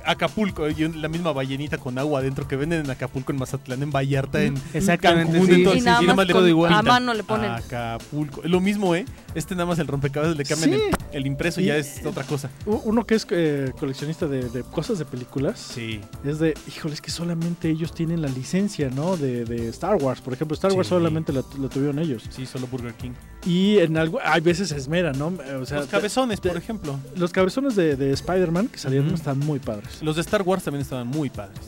Speaker 3: Acapulco, y un- la misma ballenita con agua adentro que venden en Acapulco, en Mazatlán, en Vallarta, en
Speaker 4: Exactamente,
Speaker 3: Cancún,
Speaker 4: sí.
Speaker 3: entonces,
Speaker 5: Y nada
Speaker 3: y
Speaker 5: más
Speaker 3: le
Speaker 5: con-
Speaker 3: ponen igual.
Speaker 5: a mano le ponen.
Speaker 3: Acapulco. Lo mismo, ¿eh? Este nada más el rompecabezas le cambian
Speaker 2: Sí.
Speaker 3: el, el impreso y
Speaker 2: Y-
Speaker 3: ya es otra cosa.
Speaker 2: u- uno que es eh, coleccionista de, de cosas de películas.
Speaker 3: Sí.
Speaker 2: es de, híjole, es que solamente ellos tienen la licencia, ¿no? De, de Star Wars, por ejemplo, Star Wars
Speaker 3: Sí.
Speaker 2: solamente la, la tuvieron ellos.
Speaker 3: Sí, solo Burger King.
Speaker 2: Y en algo, hay veces se esmeran, ¿no? Eh, O sea,
Speaker 3: los cabezones,
Speaker 2: te-
Speaker 3: por ejemplo.
Speaker 2: te- los cabezones de, de Spider-Man que salieron
Speaker 3: Ujú.
Speaker 2: están muy padres.
Speaker 3: Los de Star Wars también estaban muy padres.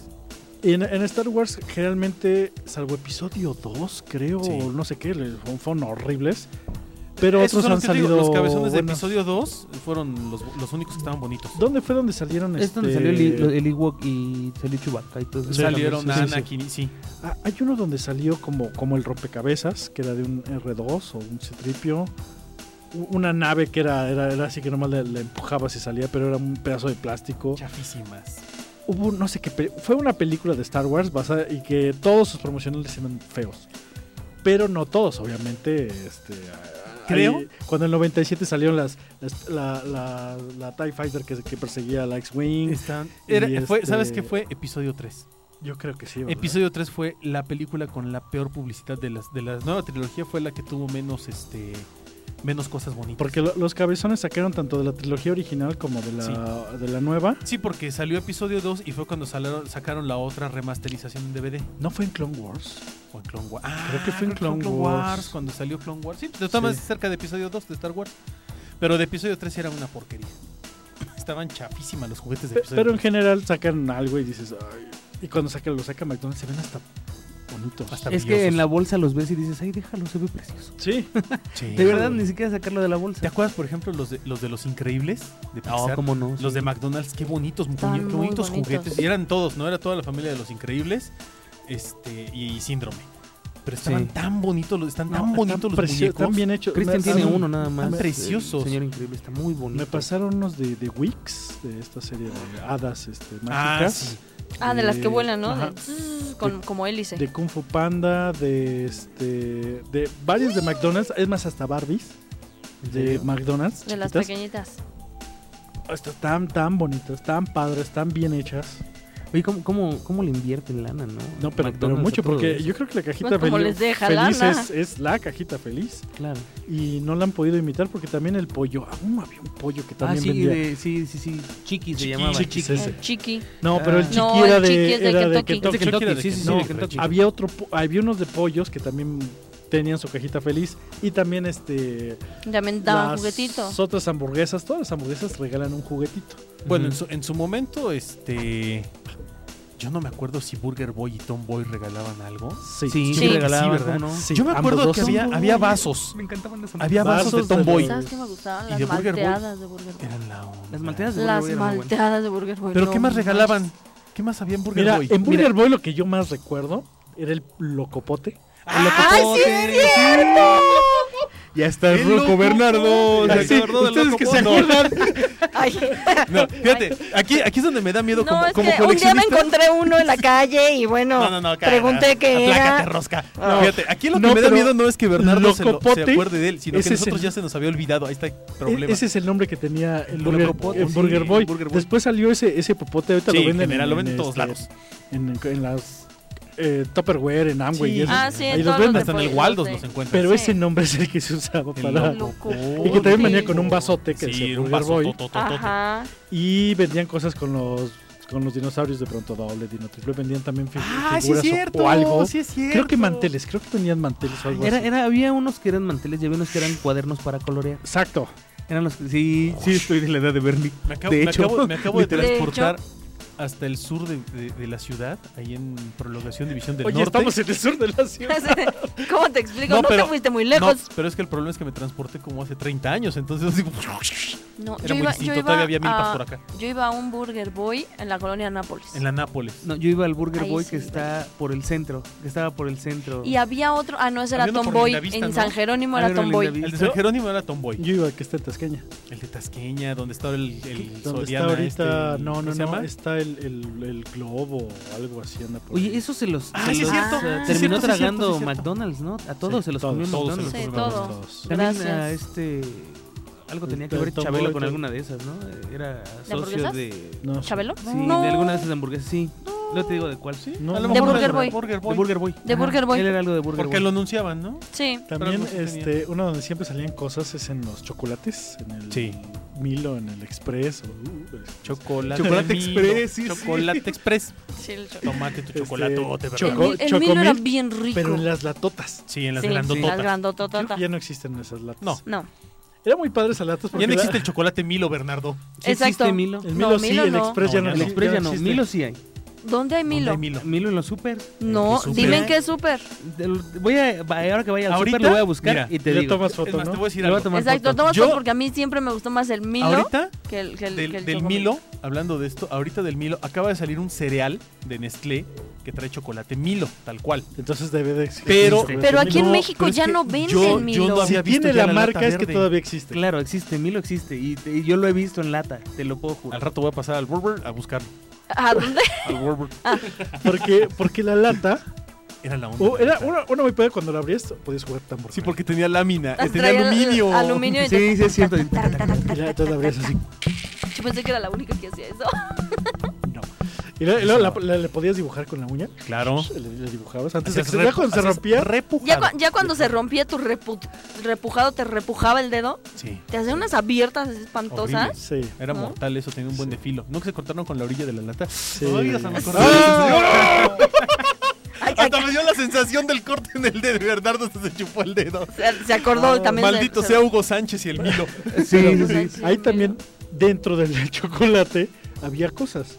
Speaker 2: Y en, en Star Wars, generalmente, salvo episodio 2, creo,
Speaker 3: Sí.
Speaker 2: o no sé qué, le- fueron horribles. Pero otros
Speaker 3: Esos son
Speaker 2: han
Speaker 3: los que te digo,
Speaker 2: salido.
Speaker 3: Los cabezones de
Speaker 2: buenos.
Speaker 3: episodio 2 fueron los, los únicos que estaban bonitos.
Speaker 2: ¿Dónde fue donde salieron
Speaker 4: Es donde
Speaker 2: este,
Speaker 4: salió el, el Ewok y salió Chewbacca y todo eso.
Speaker 2: Sí,
Speaker 3: Salieron
Speaker 2: también, sí, sí,
Speaker 3: Anakin, y- sí.
Speaker 2: Ah, hay uno donde salió como, como el rompecabezas, que era de un R2 o un Citripio. Una nave que era, era, era así que nomás le, le empujabas y salía, pero era un pedazo de plástico.
Speaker 3: Chafísimas.
Speaker 2: Hubo un- no sé qué. pe- Fue una película de Star Wars basada y que todos sus promocionales eran feos. Pero no todos, obviamente. Este, ah,
Speaker 3: Creo.
Speaker 2: ahí- cuando en el 97 salieron las, las- la, la, la TIE Fighter que, que perseguía a la X-Wing.
Speaker 3: Están,
Speaker 2: Y
Speaker 3: era- fue-
Speaker 2: este-
Speaker 3: ¿Sabes qué fue? Episodio 3.
Speaker 2: Yo creo que sí. ¿verdad?
Speaker 3: Episodio 3 fue la película con la peor publicidad de las de la nueva trilogía fue la que tuvo menos este menos cosas bonitas.
Speaker 2: Porque lo- los cabezones sacaron tanto de la trilogía original como de la, de la nueva.
Speaker 3: Sí, porque salió episodio 2 y fue cuando salaron- sacaron la otra remasterización en DVD.
Speaker 2: ¿No fue en Clone Wars?
Speaker 3: O en Clone Wars. Ah,
Speaker 2: Creo que fue en Clone Wars.
Speaker 3: Cuando salió Clone Wars. Sí, pues, está más
Speaker 2: Sí.
Speaker 3: cerca de episodio 2 de Star Wars. Pero de episodio 3 era una porquería. (laughs) Estaban chapísimas los juguetes de
Speaker 2: Pe-
Speaker 3: episodio
Speaker 2: Pero en
Speaker 3: 3.
Speaker 2: general sacan algo y dices, "Ay". Y cuando sacan, lo saca McDonald's, se ven hasta bonitos.
Speaker 3: Hasta-
Speaker 4: Es que en la bolsa los ves y dices, ay, déjalo, se ve precioso.
Speaker 2: Sí,
Speaker 3: Sí,
Speaker 4: De verdad,
Speaker 3: güey.
Speaker 4: ni siquiera sacarlo de la bolsa.
Speaker 3: ¿Te acuerdas, por ejemplo, los de los, de los increíbles?
Speaker 2: Ah,
Speaker 3: De
Speaker 4: No,
Speaker 3: Pixar?
Speaker 4: cómo no. sí.
Speaker 3: Los de McDonald's, qué bonitos, muñe-
Speaker 5: Estaban
Speaker 3: qué
Speaker 5: muy
Speaker 3: bonitos
Speaker 5: bonitos.
Speaker 3: juguetes. Y eran todos, ¿no? Era toda la familia de los increíbles este y, síndrome. Pero estaban
Speaker 4: Sí.
Speaker 3: tan bonitos, los- están tan
Speaker 2: están
Speaker 3: bonitos los
Speaker 2: precio-
Speaker 3: muñecos.
Speaker 2: están bien hechos.
Speaker 4: Christian
Speaker 2: Me-
Speaker 4: tiene
Speaker 2: a mí-
Speaker 4: uno nada más.
Speaker 3: tan
Speaker 4: eh,
Speaker 3: preciosos.
Speaker 4: señor increíble, está muy bonito.
Speaker 2: Me pasaron unos de, de Wix, de esta serie de hadas este,
Speaker 3: Ah,
Speaker 2: mágicas.
Speaker 3: sí.
Speaker 5: Ah, de las que
Speaker 2: Eh,
Speaker 5: vuelan, ¿no?
Speaker 2: ajá.
Speaker 5: De- tss, con- como hélice.
Speaker 2: De Kung Fu Panda, de este. de varios de McDonald's, es más, hasta Barbies.
Speaker 4: ¿En
Speaker 2: De
Speaker 4: serio?
Speaker 2: McDonald's.
Speaker 5: de las
Speaker 2: chiquitas.
Speaker 5: pequeñitas.
Speaker 2: Están tan, tan bonitas, tan padres, tan bien hechas.
Speaker 4: Oye, ¿cómo, cómo, cómo le invierten lana, no?
Speaker 2: No, pero, pero
Speaker 4: McDonald's
Speaker 2: mucho,
Speaker 4: a todo
Speaker 2: porque
Speaker 4: eso.
Speaker 2: yo creo que la cajita
Speaker 5: Pues como
Speaker 2: fel-
Speaker 5: les deja
Speaker 2: feliz
Speaker 5: lana.
Speaker 2: es, es la cajita feliz.
Speaker 4: Claro.
Speaker 2: Y no la han podido imitar porque también el pollo, aún había un pollo que
Speaker 4: Ah,
Speaker 2: también
Speaker 4: sí,
Speaker 2: vendía.
Speaker 4: de- sí, sí, sí. Chiqui se
Speaker 3: Chiqui,
Speaker 4: llamaba.
Speaker 2: chiqui,
Speaker 4: Chiqui.
Speaker 2: ese.
Speaker 5: El chiqui.
Speaker 2: No, pero el
Speaker 4: Ah.
Speaker 2: chiqui
Speaker 5: No,
Speaker 2: era
Speaker 5: el
Speaker 2: de,
Speaker 5: chiqui es de
Speaker 2: era de
Speaker 5: Kentucky.
Speaker 4: Es de
Speaker 2: Kentucky.
Speaker 3: Kentucky,
Speaker 4: Kentucky,
Speaker 3: de
Speaker 4: sí, sí, sí,
Speaker 3: Kentucky.
Speaker 4: de Kentucky.
Speaker 2: Había otro, po- había unos de pollos que también tenían su cajita feliz y también este
Speaker 5: También daban
Speaker 2: las
Speaker 5: juguetito.
Speaker 2: otras hamburguesas, todas las hamburguesas regalan un juguetito.
Speaker 3: Bueno, en
Speaker 4: Ujú.
Speaker 3: su, en su momento, este. Yo no me acuerdo si Burger Boy y Tom Boy regalaban algo.
Speaker 2: Sí,
Speaker 4: Sí,
Speaker 5: Sí,
Speaker 4: regalaban,
Speaker 3: sí, ¿verdad?
Speaker 4: ¿cómo no?
Speaker 2: Sí,
Speaker 3: Yo me
Speaker 2: ambos
Speaker 3: acuerdo
Speaker 2: dos.
Speaker 3: que había,
Speaker 4: Tom
Speaker 3: había
Speaker 4: Boy.
Speaker 3: vasos.
Speaker 4: Me encantaban las
Speaker 3: Había vasos,
Speaker 2: Vasos
Speaker 3: de
Speaker 2: de
Speaker 3: Tom Boy.
Speaker 2: los-
Speaker 5: ¿Sabes qué me gustaban?
Speaker 3: ¿Y
Speaker 5: Las
Speaker 3: de Burger Boy?
Speaker 5: malteadas de Burger Boy.
Speaker 3: Eran la onda.
Speaker 4: Las malteadas de
Speaker 5: Las
Speaker 4: Burger Boy eran muy buenas.
Speaker 5: malteadas de Burger Boy.
Speaker 3: ¿Pero
Speaker 5: no
Speaker 3: qué más
Speaker 5: manches.
Speaker 3: regalaban? ¿Qué más había en Burger
Speaker 2: Mira,
Speaker 3: Boy?
Speaker 2: en Burger Boy lo que yo más recuerdo era el locopote. E-,
Speaker 3: ah, ¡Ay, sí es cierto!
Speaker 2: Ya está
Speaker 3: El locopote. Ay, se acordó del
Speaker 2: ustedes que se
Speaker 3: locopote.
Speaker 2: acuerdan.
Speaker 5: Ay,
Speaker 3: (laughs) No, fíjate, aquí, aquí es donde me da miedo
Speaker 5: no,
Speaker 3: como,
Speaker 5: es
Speaker 3: como
Speaker 5: que un día me
Speaker 3: coleccionista.
Speaker 5: encontré uno en la calle y bueno,
Speaker 3: No, no, no, cara,
Speaker 5: pregunté qué
Speaker 3: aplácate,
Speaker 5: era.
Speaker 3: rosca.
Speaker 5: Ah.
Speaker 3: Fíjate, aquí lo que
Speaker 2: No,
Speaker 3: me da
Speaker 2: pero
Speaker 3: miedo no es que Bernardo se, lo- se
Speaker 2: Locopote,
Speaker 3: acuerde de él, sino que
Speaker 2: ese es
Speaker 3: nosotros
Speaker 2: el-
Speaker 3: ya se nos había olvidado. Ahí está el problema.
Speaker 2: E- Ese es el nombre que tenía el
Speaker 3: El
Speaker 2: Burger,
Speaker 3: locopote,
Speaker 2: en
Speaker 3: sí,
Speaker 2: Burger
Speaker 3: el
Speaker 2: Boy.
Speaker 3: Burger Boy.
Speaker 2: Después salió ese, ese popote, ahorita
Speaker 3: Sí,
Speaker 2: lo
Speaker 3: en
Speaker 2: venden
Speaker 3: general, lo venden en todos
Speaker 2: este,
Speaker 3: lados.
Speaker 2: En, en las eh, Tupperware, en Amway.
Speaker 3: Sí.
Speaker 2: y eso.
Speaker 5: Ah, sí, en
Speaker 2: Ahí los
Speaker 5: todos
Speaker 2: venden.
Speaker 5: los
Speaker 3: Hasta en
Speaker 5: Pues,
Speaker 3: el Waldos
Speaker 5: no sé.
Speaker 3: nos encuentran.
Speaker 2: Pero
Speaker 5: Sí.
Speaker 2: ese nombre es el que se usaba
Speaker 3: El
Speaker 2: para...
Speaker 3: loco.
Speaker 5: Locopote.
Speaker 2: Y que también venía
Speaker 5: Sí.
Speaker 2: con un vasote que
Speaker 3: Sí,
Speaker 2: es
Speaker 3: un
Speaker 2: Burger
Speaker 3: vaso
Speaker 2: Boy.
Speaker 3: totototote.
Speaker 5: Ajá.
Speaker 2: Y vendían cosas con los con los dinosaurios de pronto doble, dino triple, vendían también fi-
Speaker 3: Ah, sí es
Speaker 2: figuras o-
Speaker 3: cierto.
Speaker 2: o algo.
Speaker 3: Sí es cierto.
Speaker 2: creo que manteles, creo que vendían manteles o algo
Speaker 4: Era,
Speaker 2: así.
Speaker 4: era, había unos que eran manteles y había unos que eran cuadernos para colorear.
Speaker 2: Exacto.
Speaker 4: Eran los que, sí, sí, estoy de la edad de Bernie.
Speaker 3: Me acabo,
Speaker 4: De
Speaker 3: me
Speaker 4: hecho.
Speaker 3: acabo- me acabo de
Speaker 5: Literal.
Speaker 3: transportar hasta el sur de, de- de la ciudad, ahí en Prolongación División del
Speaker 2: Oye,
Speaker 3: Norte.
Speaker 2: estamos en el sur de la ciudad.
Speaker 5: (laughs) ¿Cómo te explico?
Speaker 3: No,
Speaker 5: No,
Speaker 3: pero-
Speaker 5: te fuiste muy lejos.
Speaker 3: No, pero es que el problema es que me transporté como hace 30 años, entonces así,
Speaker 5: No,
Speaker 3: era muy distinto, todavía había milpas
Speaker 5: a,
Speaker 3: por acá,
Speaker 5: Yo iba a un Burger Boy en la colonia
Speaker 3: (laughs)
Speaker 5: Nápoles.
Speaker 3: en la Nápoles.
Speaker 4: (laughs) No, yo iba al Burger
Speaker 5: Ahí
Speaker 4: Boy
Speaker 5: sí,
Speaker 4: que está por el centro, que estaba por el centro.
Speaker 5: Y había otro, ah, no, ese era
Speaker 3: Había uno por
Speaker 5: Tomboy.
Speaker 3: Lindavista,
Speaker 5: En
Speaker 3: ¿no?
Speaker 5: San Jerónimo
Speaker 4: Ah,
Speaker 5: era
Speaker 4: era en
Speaker 5: Tomboy.
Speaker 4: Lindavista.
Speaker 3: El de San Jerónimo era Tomboy,
Speaker 2: Yo iba a que está en Tasqueña.
Speaker 3: el de Tasqueña, donde está el, el
Speaker 2: Donde está
Speaker 3: Soriana
Speaker 2: ahorita,
Speaker 3: este,
Speaker 2: no,
Speaker 3: ¿cómo
Speaker 2: no,
Speaker 3: se
Speaker 2: no,
Speaker 3: llama?
Speaker 2: está el, el, el globo o algo así anda por ahí.
Speaker 4: Oye, eso se los,
Speaker 3: Ah,
Speaker 4: se
Speaker 3: sí es
Speaker 4: los-
Speaker 3: cierto,
Speaker 5: sí
Speaker 4: terminó
Speaker 5: es
Speaker 3: cierto, sí es
Speaker 4: tragando
Speaker 3: cierto, sí es cierto.
Speaker 4: McDonald's, ¿no? A todos
Speaker 2: Sí,
Speaker 4: se los
Speaker 2: todos,
Speaker 4: comió
Speaker 3: todos se
Speaker 4: McDonald's.
Speaker 3: los
Speaker 5: Sí,
Speaker 3: comió
Speaker 5: todo.
Speaker 2: Todos.
Speaker 4: También
Speaker 5: Gracias.
Speaker 4: a este algo tenía que
Speaker 2: El
Speaker 4: ver
Speaker 2: Tom
Speaker 4: Chabelo
Speaker 2: Boy,
Speaker 4: con
Speaker 2: Tom-
Speaker 4: alguna de esas, ¿no? Era socio
Speaker 5: hamburguesas?
Speaker 4: de
Speaker 2: No,
Speaker 5: ¿Chabelo?
Speaker 4: sí,
Speaker 5: No.
Speaker 4: de alguna de esas hamburguesas, sí. No te digo de cuál, sí.
Speaker 2: No,
Speaker 3: A
Speaker 2: no,
Speaker 3: lo
Speaker 5: De
Speaker 3: mejor
Speaker 5: Burger
Speaker 3: era
Speaker 5: Boy.
Speaker 3: Burger
Speaker 4: De
Speaker 3: Boy.
Speaker 4: Burger Boy.
Speaker 5: De Burger Boy.
Speaker 4: Él era algo de Burger
Speaker 3: Porque
Speaker 4: Boy.
Speaker 3: lo anunciaban, ¿no?
Speaker 5: Sí.
Speaker 2: También
Speaker 3: Pero algo sí
Speaker 2: este, uno donde siempre salían cosas es en los chocolates, en el
Speaker 3: Sí.
Speaker 2: Milo, en el Express. o, uh, este,
Speaker 3: Chocolate,
Speaker 4: Chocolate
Speaker 3: Milo,
Speaker 4: Express, sí, sí.
Speaker 3: Chocolate Express.
Speaker 5: sí, el chocolate.
Speaker 3: Tomate tu
Speaker 2: Este,
Speaker 3: chocolatote, ¿verdad?
Speaker 5: El,
Speaker 2: Choco-
Speaker 5: mil- el Milo era
Speaker 2: Chocomil,
Speaker 5: bien rico.
Speaker 2: pero en las latotas.
Speaker 3: Sí, en las
Speaker 5: Sí,
Speaker 3: grandototas.
Speaker 5: Las grandototas.
Speaker 2: Ya no existen esas latas.
Speaker 3: No.
Speaker 5: No.
Speaker 2: Era muy padre esas latas porque
Speaker 3: Ya no
Speaker 2: la-
Speaker 3: existe el chocolate Milo, Bernardo.
Speaker 4: Sí existe
Speaker 5: Exacto.
Speaker 4: Milo.
Speaker 2: el
Speaker 5: No,
Speaker 2: Milo sí,
Speaker 5: Milo
Speaker 2: el
Speaker 5: no.
Speaker 2: Express ya no
Speaker 3: No, ya
Speaker 4: El
Speaker 3: no.
Speaker 2: existe,
Speaker 4: Express ya no,
Speaker 2: existe.
Speaker 4: Milo sí hay.
Speaker 5: ¿Dónde hay Milo?
Speaker 3: ¿Dónde hay Milo?
Speaker 4: Milo en los super.
Speaker 5: No,
Speaker 3: ¿Qué súper?
Speaker 5: dime en qué súper.
Speaker 4: Del- Voy a, va- ahora que vaya al
Speaker 3: Ahorita,
Speaker 4: super lo voy a buscar
Speaker 3: mira,
Speaker 4: y te
Speaker 2: ya
Speaker 4: digo.
Speaker 2: tomas
Speaker 3: Es
Speaker 2: foto,
Speaker 3: más,
Speaker 2: ¿no?
Speaker 3: te voy a decir
Speaker 4: Le voy a
Speaker 3: algo.
Speaker 4: tomar
Speaker 5: Exacto,
Speaker 4: foto.
Speaker 5: toma
Speaker 3: Yo-
Speaker 5: foto porque a mí siempre me gustó más el Milo
Speaker 3: Ahorita,
Speaker 5: que el, que el- que
Speaker 3: del,
Speaker 5: el
Speaker 3: del
Speaker 5: Chocomil.
Speaker 3: Milo, hablando de esto, ahorita del Milo, acaba de salir un cereal de Nestlé que trae chocolate Milo, tal cual.
Speaker 2: Entonces debe de existir.
Speaker 3: Pero-
Speaker 2: chocolate
Speaker 5: Pero aquí en
Speaker 2: Milo.
Speaker 5: México
Speaker 3: pero es
Speaker 5: ya
Speaker 3: que
Speaker 5: no
Speaker 3: yo-
Speaker 5: venden
Speaker 3: yo no
Speaker 5: Milo.
Speaker 3: había-
Speaker 2: Si
Speaker 3: había visto
Speaker 2: tiene
Speaker 3: ya
Speaker 2: la
Speaker 3: la
Speaker 2: marca
Speaker 3: lata
Speaker 2: es que
Speaker 3: verde.
Speaker 2: todavía existe.
Speaker 4: Claro, existe, Milo existe y, te- y yo lo he visto en lata, te lo puedo
Speaker 3: Al
Speaker 4: jurar.
Speaker 3: rato voy a pasar al Burger a buscarlo.
Speaker 5: ¿A
Speaker 3: (laughs)
Speaker 5: Ah, dónde?
Speaker 3: Al Warburg.
Speaker 5: Ah.
Speaker 2: Porque, porque la lata.
Speaker 3: Oh, Era la onda.
Speaker 2: o
Speaker 3: de
Speaker 2: Oh, era
Speaker 3: la lata.
Speaker 2: una, una muy padre cuando la abrías, podías jugar tambor.
Speaker 3: Sí, porque tenía lámina, eh, tenía
Speaker 5: Traía
Speaker 3: aluminio.
Speaker 5: Aluminio y
Speaker 4: Sí, sí, es
Speaker 5: (laughs)
Speaker 4: cierto.
Speaker 2: Y la, entonces la abrías así.
Speaker 5: Yo pensé que era la única que hacía eso.
Speaker 2: Y luego- y luego la- la- le podías dibujar con la uña.
Speaker 3: Claro.
Speaker 2: Le, le dibujabas. Antes de que
Speaker 3: Hacías
Speaker 2: se,
Speaker 3: rep-
Speaker 2: ya cuando se
Speaker 3: hacías
Speaker 2: rompía.
Speaker 5: Ya,
Speaker 3: repujado.
Speaker 5: cua- ya cuando se rompía tu repu- repujado, te repujaba el dedo,
Speaker 3: Sí.
Speaker 5: te hacía unas abiertas así espantosas.
Speaker 2: Sí.
Speaker 3: Era
Speaker 5: ¿No?
Speaker 3: mortal eso, tenía un buen defilo. ¿No que se cortaron con la orilla de la lata?
Speaker 2: Sí. Ah,
Speaker 3: Ay, hasta me acordé.
Speaker 5: (laughs) Ay, ay,
Speaker 3: Hasta me dio la sensación del corte en el dedo. y Bernardo hasta se chupó el dedo.
Speaker 5: se, se acordó también. se-
Speaker 3: Maldito
Speaker 5: se-
Speaker 3: sea Hugo Sánchez y el Milo.
Speaker 4: Sí, sí, sí.
Speaker 5: Sánchez.
Speaker 2: Ahí también, dentro del (laughs) chocolate, había cosas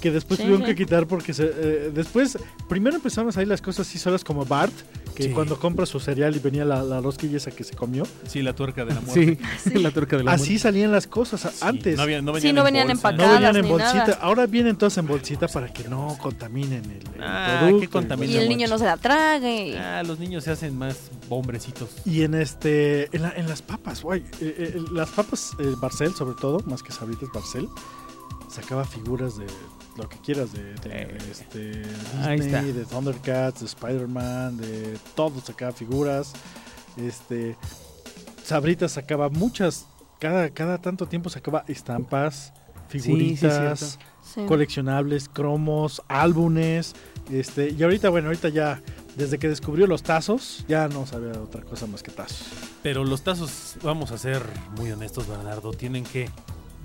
Speaker 2: que después
Speaker 5: Sí,
Speaker 2: tuvieron
Speaker 5: sí.
Speaker 2: que quitar porque se, eh, después, primero empezaron a salir las cosas así solas como Bart, que
Speaker 3: Sí.
Speaker 2: cuando compra su cereal y venía la, la rosquilla esa que se comió,
Speaker 3: Sí, la tuerca de la muerte.
Speaker 4: (laughs) Sí, la turca de la
Speaker 2: así salían las cosas a-
Speaker 3: Sí,
Speaker 2: antes. No,
Speaker 3: No, había- no
Speaker 5: Sí, no venían
Speaker 3: bolsa.
Speaker 5: empacadas.
Speaker 2: venían en
Speaker 5: ni
Speaker 2: bolsita,
Speaker 5: nada.
Speaker 2: ahora vienen todas en bolsita para que no contaminen el, el
Speaker 3: Ah,
Speaker 2: producto.
Speaker 3: qué contaminación.
Speaker 5: Y el niño no se la trague.
Speaker 3: Ah, los niños se hacen más hombrecitos.
Speaker 2: Y en este, en, la- en las papas, güey, eh, eh, las papas eh, Barcel sobre todo, más que sabritas Barcel, sacaba figuras de lo que quieras, de, de,
Speaker 4: Eh,
Speaker 2: este,
Speaker 4: ahí está.
Speaker 2: Disney, de Thundercats, de Spider-Man, de todo sacaba figuras, este, sabritas sacaba muchas, cada, cada tanto tiempo sacaba estampas,
Speaker 4: sí, cierto.
Speaker 2: figuritas,
Speaker 5: Sí.
Speaker 2: coleccionables, cromos, álbumes, este, y ahorita, bueno, ahorita ya, desde que descubrió los tazos, ya no sabía otra cosa más que tazos.
Speaker 3: Pero los tazos, vamos a ser muy honestos, Bernardo, tienen que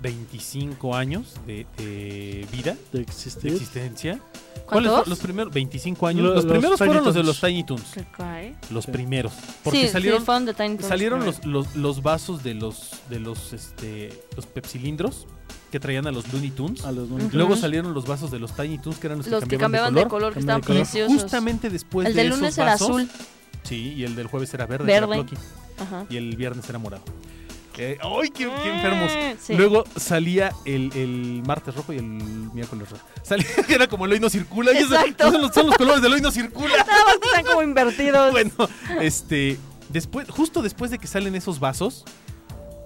Speaker 3: 25 años de, de vida,
Speaker 2: De
Speaker 3: de
Speaker 2: existir.
Speaker 3: existencia. ¿Cuáles
Speaker 5: ¿Cuántos?
Speaker 3: fueron los primeros? 25 años.
Speaker 2: Lo-
Speaker 3: los,
Speaker 2: los
Speaker 3: primeros
Speaker 2: Tiny
Speaker 3: fueron los de
Speaker 2: Toons.
Speaker 3: los Tiny Toons.
Speaker 5: Se cae.
Speaker 3: Los
Speaker 2: Sí.
Speaker 3: primeros. Porque
Speaker 5: Sí,
Speaker 3: salieron
Speaker 5: sí, fueron de Tiny Toons.
Speaker 3: Salieron los, los, los vasos de los de los este los pepsilindros que traían a los Looney Tunes.
Speaker 2: a los
Speaker 5: Ujú.
Speaker 3: Luego salieron los vasos de los Tiny Tunes que eran los,
Speaker 5: Los
Speaker 3: que
Speaker 5: que
Speaker 3: cambiaban, de color.
Speaker 5: que
Speaker 2: cambiaban
Speaker 5: estaban
Speaker 2: de color.
Speaker 5: preciosos.
Speaker 3: Justamente después
Speaker 5: el
Speaker 3: de
Speaker 5: del
Speaker 3: esos
Speaker 5: lunes era
Speaker 3: vasos-
Speaker 5: azul.
Speaker 3: Sí, y el del jueves era verde,
Speaker 5: Verde.
Speaker 3: era Plucky,
Speaker 5: Ajá.
Speaker 3: y el viernes era morado. Eh, ¡Ay, qué, qué enfermos!
Speaker 5: Mm, Sí.
Speaker 3: Luego salía el, el martes rojo y el miércoles rojo. (laughs) Salía, era como el hoy no circula. Y eso-
Speaker 5: Exacto.
Speaker 3: esos son los- son los colores del hoy no
Speaker 5: (laughs)
Speaker 3: circula.
Speaker 5: Nada más que están como invertidos.
Speaker 3: bueno, este, después, justo después de que salen esos vasos,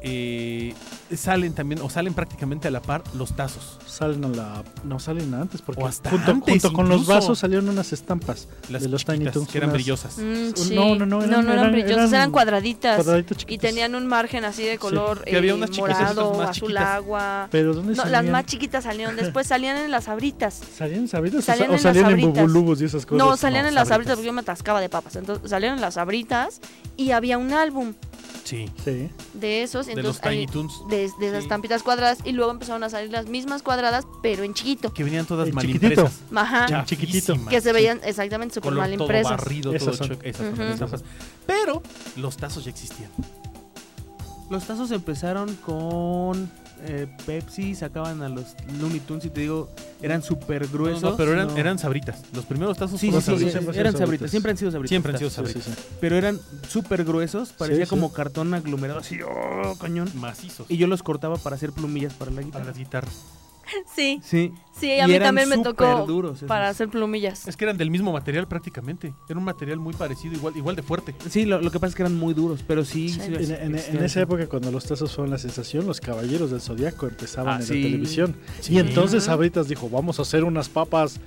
Speaker 3: eh, salen también, o salen prácticamente a la par los tazos.
Speaker 2: Salen a la. No salen antes, porque
Speaker 3: O hasta
Speaker 2: junto,
Speaker 3: antes
Speaker 2: junto con los
Speaker 3: incluso.
Speaker 2: vasos salieron unas estampas
Speaker 3: Las
Speaker 2: de los Tiny
Speaker 3: chiquitas,
Speaker 2: Toons.
Speaker 3: que eran
Speaker 2: unas
Speaker 3: brillosas.
Speaker 5: Mm,
Speaker 2: No,
Speaker 5: sí.
Speaker 2: no, no, eran-
Speaker 5: no, eran
Speaker 2: eran-
Speaker 5: brillosos, eran,
Speaker 2: eran
Speaker 5: cuadraditas.
Speaker 2: cuadraditos
Speaker 5: Y
Speaker 2: chiquitos.
Speaker 5: tenían un margen así de color
Speaker 3: que había
Speaker 5: eh,
Speaker 3: unas chiquitas, otras
Speaker 5: morado,
Speaker 3: más
Speaker 5: azul
Speaker 3: chiquitas.
Speaker 5: agua.
Speaker 2: Pero ¿dónde
Speaker 5: No, las
Speaker 2: salían?
Speaker 5: más
Speaker 2: (laughs)
Speaker 5: chiquitas salieron después, salían en las abritas.
Speaker 2: ¿Salían sabritas? o sa- o
Speaker 5: Salían en las
Speaker 2: salían en
Speaker 5: sabritas.
Speaker 2: bubulubos y esas cosas.
Speaker 5: No, salían en las abritas
Speaker 3: sabritas.
Speaker 5: porque yo me atascaba de papas. Entonces salieron en las abritas y había un álbum
Speaker 3: Sí,
Speaker 2: Sí.
Speaker 5: de esos.
Speaker 3: de los
Speaker 5: Entonces,
Speaker 3: Tiny
Speaker 5: ahí-
Speaker 3: Toons.
Speaker 5: de, de esas
Speaker 3: Sí.
Speaker 5: estampitas cuadradas y luego empezaron a salir las mismas cuadradas, pero en chiquito.
Speaker 3: Que venían todas
Speaker 2: El
Speaker 3: mal
Speaker 2: chiquitito.
Speaker 3: impresas.
Speaker 5: Ajá.
Speaker 2: Ya, chiquitito.
Speaker 3: Chafísimas.
Speaker 5: Ah. Que se veían exactamente súper
Speaker 3: Color
Speaker 5: mal
Speaker 3: todo
Speaker 5: impresas.
Speaker 3: barrido,
Speaker 2: Esas
Speaker 3: todo
Speaker 2: son.
Speaker 3: chueco, esas son las
Speaker 5: Ujú.
Speaker 3: estampas. Pero los tazos ya existían.
Speaker 4: Los tazos empezaron con eh, Pepsi, sacaban a los Looney Tunes y te digo, eran súper gruesos.
Speaker 3: Pues No, no, pero eran,
Speaker 2: No.
Speaker 3: eran sabritas. Los primeros tazos
Speaker 4: Sí, sí,
Speaker 3: fueron
Speaker 4: sí,
Speaker 3: sabritas.
Speaker 2: Siempre han sido
Speaker 4: eran sabritas,
Speaker 2: sabritas.
Speaker 4: siempre han sido sabritas.
Speaker 3: Siempre han sido
Speaker 2: Sí, sí,
Speaker 3: sabritas.
Speaker 2: sí.
Speaker 4: Pero eran súper gruesos, parecía
Speaker 2: sí.
Speaker 4: como cartón aglomerado, así, oh, cañón.
Speaker 3: Macizos.
Speaker 4: Y yo los cortaba para hacer plumillas para la
Speaker 3: para
Speaker 4: guitarra.
Speaker 3: las guitarras.
Speaker 5: Sí,
Speaker 4: Sí.
Speaker 5: sí, a
Speaker 4: Y
Speaker 5: mí
Speaker 4: eran
Speaker 5: también me
Speaker 4: súper
Speaker 5: tocó
Speaker 4: duros esos.
Speaker 5: para hacer plumillas.
Speaker 3: Es que eran del mismo material prácticamente. Era un material muy parecido, igual, igual de fuerte.
Speaker 4: Sí, lo, lo que pasa es que eran muy duros, pero sí.
Speaker 5: Sí.
Speaker 4: sí,
Speaker 2: En, en- en
Speaker 4: existían.
Speaker 2: esa época, cuando los tazos fueron la sensación, los caballeros del zodiaco empezaban
Speaker 4: Ah,
Speaker 2: en
Speaker 4: sí.
Speaker 2: la televisión.
Speaker 3: Sí.
Speaker 2: Y entonces Sabritas dijo: Vamos a hacer unas papas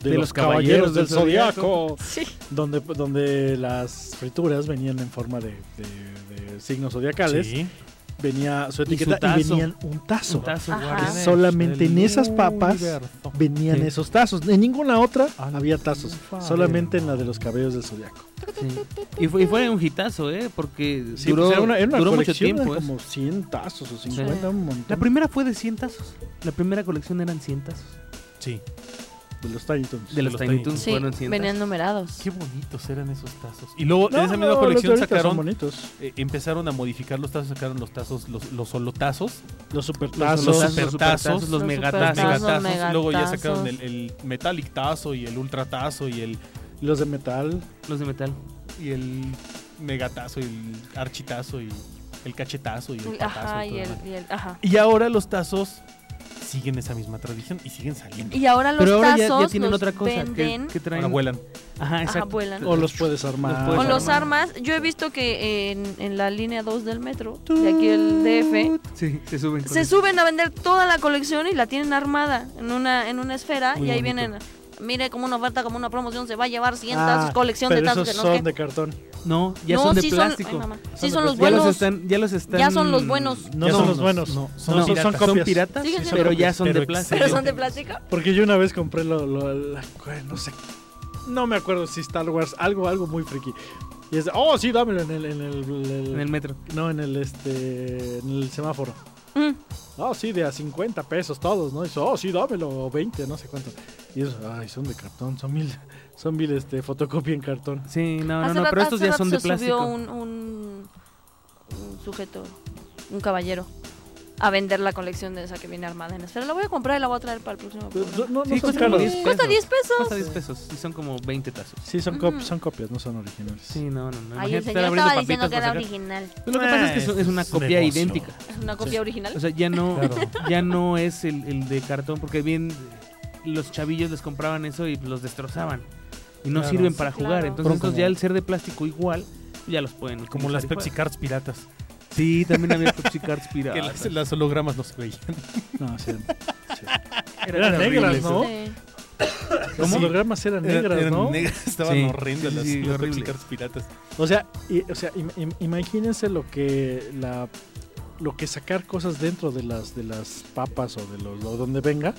Speaker 2: de, los, caballeros, del zodiaco.
Speaker 5: Sí.
Speaker 2: donde, donde las frituras venían en forma de, de- de signos zodiacales,
Speaker 3: Sí.
Speaker 2: venía su
Speaker 4: su
Speaker 2: etiqueta y,
Speaker 4: tazo.
Speaker 2: venían un tazo.
Speaker 4: Un tazo,
Speaker 5: Ajá.
Speaker 4: guardián.
Speaker 2: Que solamente en
Speaker 3: Del
Speaker 2: esas papas
Speaker 3: universo.
Speaker 2: Venían
Speaker 4: Sí.
Speaker 2: esos tazos. En ninguna otra
Speaker 3: Al-
Speaker 2: había tazos,
Speaker 3: padre,
Speaker 2: solamente en la
Speaker 3: no.
Speaker 2: de los cabellos del zodiaco.
Speaker 4: Sí. Y fue, y fue un hitazo, ¿eh? Porque
Speaker 2: Sí,
Speaker 4: duró,
Speaker 2: pues era una, era una
Speaker 4: duró mucho
Speaker 2: colección de
Speaker 4: tiempo. ¿eh?
Speaker 2: como 100 tazos o 50, un montón.
Speaker 4: La primera fue de 100 tazos. La primera colección eran 100 tazos.
Speaker 3: Sí.
Speaker 2: de los Tiny Toons.
Speaker 4: de los,
Speaker 3: los
Speaker 4: Tiny
Speaker 3: Tiny
Speaker 4: Toons
Speaker 5: Sí,
Speaker 4: fueron 100.
Speaker 5: venían numerados.
Speaker 3: Qué bonitos eran esos tazos. Y luego, en esa
Speaker 2: No,
Speaker 3: misma
Speaker 2: los de
Speaker 3: colección
Speaker 2: ahorita son
Speaker 3: sacaron,
Speaker 2: bonitos.
Speaker 3: eh, empezaron a modificar los tazos, sacaron los tazos, los, los solotazos,
Speaker 2: Los super
Speaker 4: Los,
Speaker 2: tazos.
Speaker 4: los
Speaker 3: Tazos,
Speaker 4: supertazos,
Speaker 3: supertazos,
Speaker 4: los
Speaker 5: los
Speaker 3: los
Speaker 5: Tazos,
Speaker 4: megatazos.
Speaker 5: supertazos.
Speaker 3: megatazos, luego ya
Speaker 5: megatazos.
Speaker 3: sacaron el, el metallic tazo y el ultra tazo y el,
Speaker 2: Los de metal.
Speaker 4: Los de metal.
Speaker 3: y el megatazo y el architazo y el cachetazo y el patazo.
Speaker 5: Ajá,
Speaker 3: y
Speaker 5: y
Speaker 3: todo
Speaker 5: el,
Speaker 3: demás.
Speaker 5: y el- ajá.
Speaker 3: Y ahora los tazos siguen esa misma tradición y siguen saliendo.
Speaker 5: Y ahora los
Speaker 4: Pero ahora ya-
Speaker 5: tazos
Speaker 4: ya, tienen
Speaker 5: los
Speaker 4: otra cosa. Que,
Speaker 5: venden,
Speaker 4: que traen.
Speaker 3: Ahora vuelan.
Speaker 4: Ajá,
Speaker 5: ajá,
Speaker 4: exacto.
Speaker 5: vuelan.
Speaker 2: O los puedes armar.
Speaker 4: puedes
Speaker 5: O
Speaker 4: Bueno,
Speaker 5: los
Speaker 4: armar.
Speaker 5: armas. Yo he visto que en, en la línea 2 del metro, de aquí el DF,
Speaker 4: Sí, se suben. con
Speaker 5: se
Speaker 4: eso.
Speaker 5: suben a vender toda la colección y la tienen armada en una, en una esfera
Speaker 3: Muy
Speaker 5: y ahí
Speaker 3: bonito.
Speaker 5: vienen. Mire, como una oferta, como una promoción, se va a llevar 100
Speaker 2: Ah,
Speaker 5: tazos, colección de
Speaker 2: pero
Speaker 5: tazos.
Speaker 2: esos
Speaker 5: que no sé
Speaker 2: son
Speaker 5: qué.
Speaker 2: de cartón.
Speaker 4: No, ya
Speaker 5: no,
Speaker 4: son de
Speaker 5: sí
Speaker 4: plástico.
Speaker 5: Son, ay, mamá,
Speaker 2: Son
Speaker 5: sí
Speaker 2: de
Speaker 5: son
Speaker 2: plástico.
Speaker 5: los
Speaker 4: ya
Speaker 5: buenos.
Speaker 4: los están. Ya los están.
Speaker 5: Ya son los buenos.
Speaker 2: No
Speaker 3: Ya
Speaker 2: son
Speaker 3: son
Speaker 2: los
Speaker 3: los-
Speaker 2: buenos.
Speaker 3: no, son
Speaker 2: son,
Speaker 4: piratas.
Speaker 2: son copias.
Speaker 4: piratas,
Speaker 5: Siguen siendo
Speaker 4: pero ya
Speaker 3: copias,
Speaker 4: son
Speaker 3: pero
Speaker 4: de plástico.
Speaker 5: Pero son de plástico.
Speaker 2: Porque yo una vez compré lo, lo- la- no sé, no me acuerdo si Star Wars, algo, algo muy friki. Y es, de, oh, sí, dámelo en el, en el,
Speaker 4: En el metro.
Speaker 2: no, en el, este, en el semáforo.
Speaker 5: Mm.
Speaker 2: Oh, sí, de a 50 pesos todos, ¿no? Y dice, oh, sí, dámelo, o 20, no sé cuánto. Y eso, ay, son de cartón, son mil, son mil, este, fotocopia en cartón.
Speaker 4: Sí, no, no,
Speaker 5: Hace
Speaker 4: no,
Speaker 5: rato-
Speaker 4: pero estos
Speaker 5: hace
Speaker 4: ya
Speaker 5: rato
Speaker 4: son de
Speaker 5: se subió
Speaker 4: plástico.
Speaker 5: un, un- un sujeto, un caballero, a vender la colección de esa que viene armada en la esfera. La voy a comprar y la voy a traer para el próximo
Speaker 4: Pues,
Speaker 2: Pero
Speaker 5: programa.
Speaker 2: No, no, no
Speaker 4: Sí,
Speaker 2: son
Speaker 4: cuesta como
Speaker 2: caros.
Speaker 4: 10 pesos.
Speaker 5: Cuesta 10 pesos.
Speaker 4: Cuesta 10 pesos. Sí, son como 20 tazos.
Speaker 2: Sí, son,
Speaker 5: Ujú.
Speaker 2: cop- son copias, no son originales.
Speaker 4: Sí, no, no, no.
Speaker 5: Ahí el
Speaker 4: Imagínate estar
Speaker 5: señor
Speaker 4: abriendo
Speaker 5: estaba
Speaker 4: papitas
Speaker 5: diciendo que
Speaker 4: para
Speaker 5: era
Speaker 4: sacar.
Speaker 5: original.
Speaker 4: Pero Lo que pasa es que
Speaker 3: Ah,
Speaker 4: es, es una
Speaker 3: es
Speaker 4: copia
Speaker 3: negocio.
Speaker 4: idéntica.
Speaker 5: ¿Es una copia original?
Speaker 4: O sea, ya no,
Speaker 2: Claro.
Speaker 4: (laughs) ya no es el, el de cartón, porque bien los chavillos les compraban eso y los destrozaban. Y no
Speaker 2: Claro.
Speaker 4: sirven
Speaker 5: Sí,
Speaker 4: para
Speaker 5: claro.
Speaker 4: jugar. Entonces
Speaker 2: Fueron
Speaker 4: estos
Speaker 2: como-
Speaker 4: ya el ser de plástico igual, ya los pueden.
Speaker 3: Como
Speaker 4: utilizar
Speaker 3: las
Speaker 4: igual.
Speaker 3: Pepsi Cards piratas.
Speaker 4: Sí, también había Pepsi Cards (laughs)
Speaker 3: Que
Speaker 4: piratas.
Speaker 3: las, las hologramas no se veían.
Speaker 2: No, sí, eran-
Speaker 4: Eran
Speaker 2: eran negras,
Speaker 4: horribles,
Speaker 2: ¿no?
Speaker 5: Sí.
Speaker 2: Los
Speaker 3: Sí.
Speaker 2: hologramas eran negras,
Speaker 3: (laughs) Eran
Speaker 2: ¿no?
Speaker 3: negras, estaban
Speaker 4: Sí,
Speaker 3: horrendas
Speaker 4: sí,
Speaker 3: las,
Speaker 4: sí,
Speaker 3: las Pepsi
Speaker 4: horrible.
Speaker 3: Cards piratas.
Speaker 2: O sea, y- o sea im- im- imagínense lo que la lo que sacar cosas dentro de las de las papas o de los o donde venga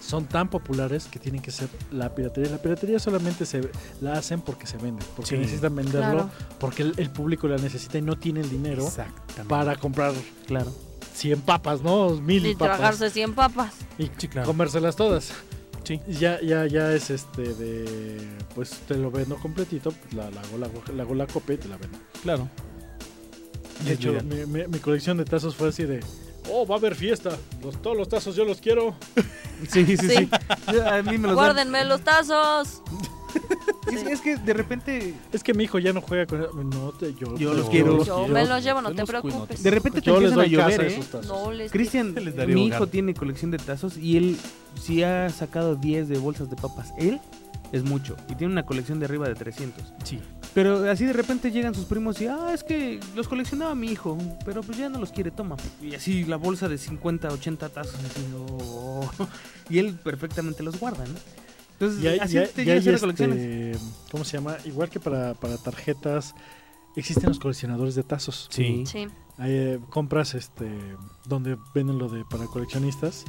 Speaker 2: son tan populares que tienen que ser la piratería. La piratería solamente se la hacen porque se vende, porque
Speaker 3: Sí.
Speaker 2: necesitan venderlo, porque el, el público la necesita y no tiene el dinero
Speaker 3: Exactamente.
Speaker 2: para comprar
Speaker 4: Claro.
Speaker 2: 100 papas, ¿no? Mil
Speaker 5: Y
Speaker 2: papas
Speaker 5: tragarse 100 papas.
Speaker 2: y
Speaker 3: Sí, claro.
Speaker 2: comérselas todas.
Speaker 3: Sí.
Speaker 2: Ya, ya, ya es este de pues te lo vendo completito, pues, la, la, hago, la, hago- la hago la copia y te la vendo.
Speaker 3: Claro.
Speaker 2: De hecho, mi, mi- mi colección de tazos fue así de, oh, va a haber fiesta, los, todos los tazos yo los quiero.
Speaker 4: Sí, sí, sí.
Speaker 5: Sí.
Speaker 4: A mí me los dan.
Speaker 5: Guárdenme los tazos.
Speaker 4: Es, es que de repente,
Speaker 2: Es que mi hijo ya no juega con... e-, No, te- yo,
Speaker 4: Yo los quiero.
Speaker 5: Yo me los llevo, no te
Speaker 3: cuido,
Speaker 5: preocupes.
Speaker 4: de repente te
Speaker 2: Yo les
Speaker 4: empiezan a
Speaker 2: doy
Speaker 4: llover,
Speaker 2: casa
Speaker 4: ¿eh?
Speaker 2: esos tazos.
Speaker 5: No les
Speaker 4: Cristian,
Speaker 3: Les daría
Speaker 4: mi
Speaker 3: hogar.
Speaker 4: hijo tiene colección de tazos y él si ha sacado 10 de bolsas de papas. Él es mucho y tiene una colección de arriba de 300.
Speaker 3: Sí.
Speaker 4: Pero así de repente llegan sus primos y, ah, es que los coleccionaba mi hijo, pero pues ya no los quiere, toma. Y así la bolsa de 50, 80 tazos. así, oh. (laughs) Y él perfectamente los guarda, ¿no? Entonces,
Speaker 2: Y hay-
Speaker 4: Mm, así
Speaker 2: y hay-
Speaker 4: te
Speaker 2: y
Speaker 4: llegan
Speaker 2: hay,
Speaker 4: a hacer colecciones.
Speaker 2: este, ¿Cómo se llama? Igual que para, para tarjetas, existen los coleccionadores de tazos.
Speaker 3: Sí.
Speaker 5: Sí.
Speaker 2: Hay, eh, compras este donde venden lo de para coleccionistas,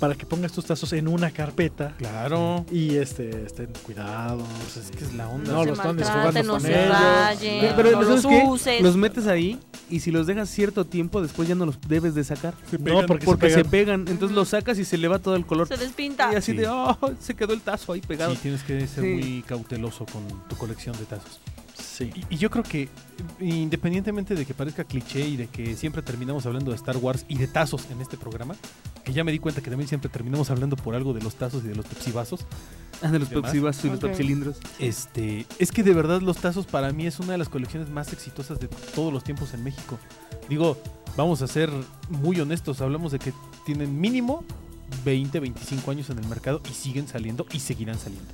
Speaker 2: para que pongas tus tazos en una carpeta
Speaker 3: Claro.
Speaker 2: y este estén cuidados.
Speaker 3: Pues es que es la onda.
Speaker 2: No,
Speaker 5: se
Speaker 2: los tomes
Speaker 5: maltraten,
Speaker 2: jugando
Speaker 5: no
Speaker 2: con
Speaker 5: se
Speaker 2: ellos.
Speaker 5: rayen,
Speaker 4: Pero, pero
Speaker 5: Eh, no
Speaker 4: ¿sabes
Speaker 5: los
Speaker 4: qué?
Speaker 5: uses.
Speaker 4: Los metes ahí y si los dejas cierto tiempo, después ya no los debes de sacar.
Speaker 2: No, porque,
Speaker 4: porque
Speaker 2: se
Speaker 4: se
Speaker 2: pegan.
Speaker 4: pegan, entonces los sacas y se le va todo el color.
Speaker 5: Se despinta.
Speaker 4: Y así
Speaker 3: Sí.
Speaker 4: de, oh, se quedó el tazo ahí pegado.
Speaker 3: Sí, tienes que ser
Speaker 4: Sí.
Speaker 3: muy cauteloso con tu colección de tazos.
Speaker 2: Sí.
Speaker 3: Y, y yo creo que, independientemente de que parezca cliché y de que siempre terminamos hablando de Star Wars y de tazos en este programa, que ya me di cuenta que también siempre terminamos hablando por algo de los tazos y de los pepsibazos,
Speaker 4: Ah, de los
Speaker 3: ¿Demás?
Speaker 4: pepsibazos y los
Speaker 5: Ok.
Speaker 4: pepsilindros.
Speaker 3: este, es que de verdad los tazos para mí es una de las colecciones más exitosas de todos los tiempos en México. Digo, vamos a ser muy honestos, hablamos de que tienen mínimo 20, 25 años en el mercado y siguen saliendo y seguirán saliendo.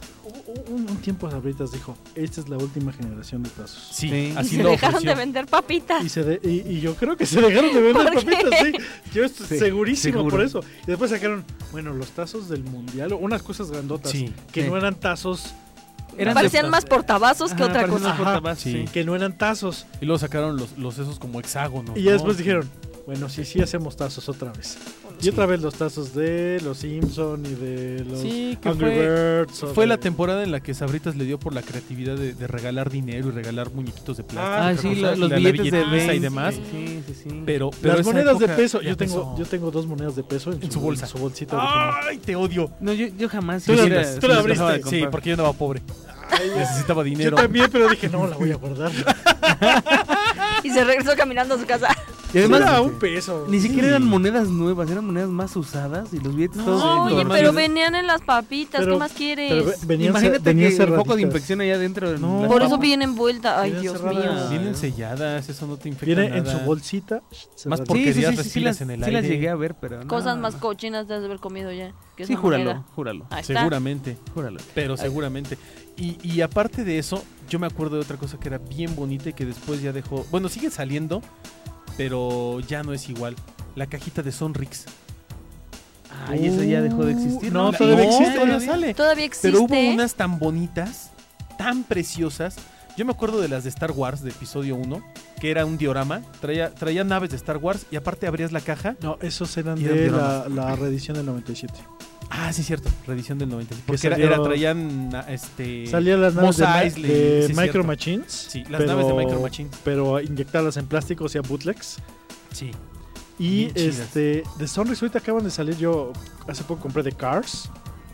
Speaker 2: Un, un tiempo de abritas dijo, esta es la última generación de tazos.
Speaker 3: Sí,
Speaker 4: Sí.
Speaker 5: Y
Speaker 3: así
Speaker 5: (laughs) se
Speaker 3: lo
Speaker 5: dejaron
Speaker 3: ofreció.
Speaker 5: de vender papitas.
Speaker 2: Y, se de- y, y yo creo que se dejaron de vender
Speaker 5: ¿Por qué?
Speaker 2: papitas, sí. Yo estoy
Speaker 4: Sí,
Speaker 2: segurísimo
Speaker 4: seguro.
Speaker 2: por eso. Y después sacaron, bueno, los tazos del mundial, o unas cosas grandotas,
Speaker 3: Sí.
Speaker 2: que
Speaker 4: Sí.
Speaker 2: no eran tazos,
Speaker 4: Eran de-
Speaker 5: Parecían más portabazos que
Speaker 4: Ajá,
Speaker 5: otra
Speaker 4: parecen
Speaker 5: cosa.
Speaker 2: (laughs)
Speaker 4: unos portabazos,
Speaker 3: Sí.
Speaker 4: sí.
Speaker 2: que no eran tazos.
Speaker 3: Y luego sacaron los, los esos como hexágonos.
Speaker 2: Y ya
Speaker 3: ¿no?
Speaker 2: después dijeron, bueno, sí, sí hacemos tazos otra vez. Y otra vez los tazos de los Simpson y de los
Speaker 3: Sí, que
Speaker 2: Angry
Speaker 3: fue-
Speaker 2: Birds. o
Speaker 3: Fue la
Speaker 2: de-
Speaker 3: temporada en la que Sabritas le dio por la creatividad de, de regalar dinero y regalar muñequitos de plástico.
Speaker 4: Ah, sí,
Speaker 3: cosas,
Speaker 4: lo- los
Speaker 3: la- la
Speaker 4: billetes de
Speaker 3: billetiza
Speaker 4: 20
Speaker 3: y demás.
Speaker 4: Sí, sí, sí.
Speaker 3: Pero, pero
Speaker 2: Las
Speaker 3: esa
Speaker 2: monedas de
Speaker 3: época
Speaker 2: peso.
Speaker 3: de
Speaker 2: Yo tengo,
Speaker 3: peso.
Speaker 2: yo tengo dos monedas de peso en,
Speaker 3: En su bolsa. ¡Ah!
Speaker 2: En su bolsita. original.
Speaker 3: ¡Ay, te odio!
Speaker 4: no, yo, yo jamás.
Speaker 2: Tú la-
Speaker 4: quisiera-
Speaker 2: tú
Speaker 4: sí,
Speaker 2: la
Speaker 4: dejaba de
Speaker 2: abriste,
Speaker 3: Sí,
Speaker 4: comprar.
Speaker 3: porque yo andaba pobre. Necesitaba
Speaker 2: Yo
Speaker 3: dinero.
Speaker 2: también, pero dije, (laughs) no, la voy a guardar.
Speaker 5: Y se regresó caminando a su casa.
Speaker 4: Y además,
Speaker 2: Era un peso.
Speaker 4: ni siquiera eran monedas nuevas, eran monedas más usadas y los billetes todos.
Speaker 5: No,
Speaker 3: sí,
Speaker 5: oye,
Speaker 3: no,
Speaker 5: pero
Speaker 3: no.
Speaker 5: venían en las papitas,
Speaker 2: Pero-
Speaker 5: ¿qué más quieres?
Speaker 2: Pero ve- venían, cer-
Speaker 4: Imagínate
Speaker 2: venían
Speaker 4: que un poco de
Speaker 2: cerraditas.
Speaker 4: infección allá adentro. en
Speaker 3: No.
Speaker 4: las
Speaker 5: Por eso
Speaker 4: papas.
Speaker 5: vienen vuelta. Ay,
Speaker 2: Vienen
Speaker 5: Dios
Speaker 2: cerradas.
Speaker 5: mío.
Speaker 3: Vienen selladas, eso no te infecta
Speaker 2: Viene en
Speaker 3: nada.
Speaker 2: su bolsita. cerradita.
Speaker 3: por-
Speaker 4: Sí, sí,
Speaker 3: porquerías
Speaker 4: sí, sí, sí,
Speaker 3: respiras
Speaker 4: las,
Speaker 3: en el
Speaker 4: sí las
Speaker 3: aire.
Speaker 4: llegué a ver, pero no.
Speaker 5: Cosas más cochinas de haber comido ya. que es
Speaker 4: Sí,
Speaker 5: una
Speaker 4: júralo,
Speaker 5: manera.
Speaker 4: júralo,
Speaker 5: Ahí está.
Speaker 3: Seguramente,
Speaker 4: júralo.
Speaker 3: pero seguramente. Y, y aparte de eso, yo me acuerdo de otra cosa que era bien bonita y que después ya dejó... Bueno, sigue saliendo, pero ya no es igual. La cajita de Sonrix.
Speaker 4: Ay, esa ya dejó de existir.
Speaker 2: No,
Speaker 3: La-
Speaker 2: todavía
Speaker 3: no,
Speaker 2: existe.
Speaker 3: todavía sale.
Speaker 5: Todavía existe.
Speaker 3: Pero hubo unas tan bonitas, tan preciosas. Yo me acuerdo de las de Star Wars, de episodio 1, que era un diorama. Traía, traía naves de Star Wars y aparte abrías la caja.
Speaker 2: No, esos eran
Speaker 3: Y
Speaker 2: de
Speaker 3: eran
Speaker 2: la, la reedición del 97.
Speaker 3: Ah, sí, cierto. Reedición del 90. Porque
Speaker 2: Que
Speaker 3: era,
Speaker 2: salió-
Speaker 3: era- traían na- este.
Speaker 2: Salía las naves
Speaker 3: Mos
Speaker 2: de, Ma-
Speaker 3: Eisley,
Speaker 2: de
Speaker 3: sí,
Speaker 2: Micro
Speaker 3: cierto.
Speaker 2: Machines.
Speaker 3: Sí, las naves de Micro Machines.
Speaker 2: Pero inyectadas en plástico, o sea, bootlegs.
Speaker 3: Sí.
Speaker 2: Y
Speaker 3: Bien chidas.
Speaker 2: este, de Sonrix ahorita acaban de salir. Yo hace poco compré de Cars.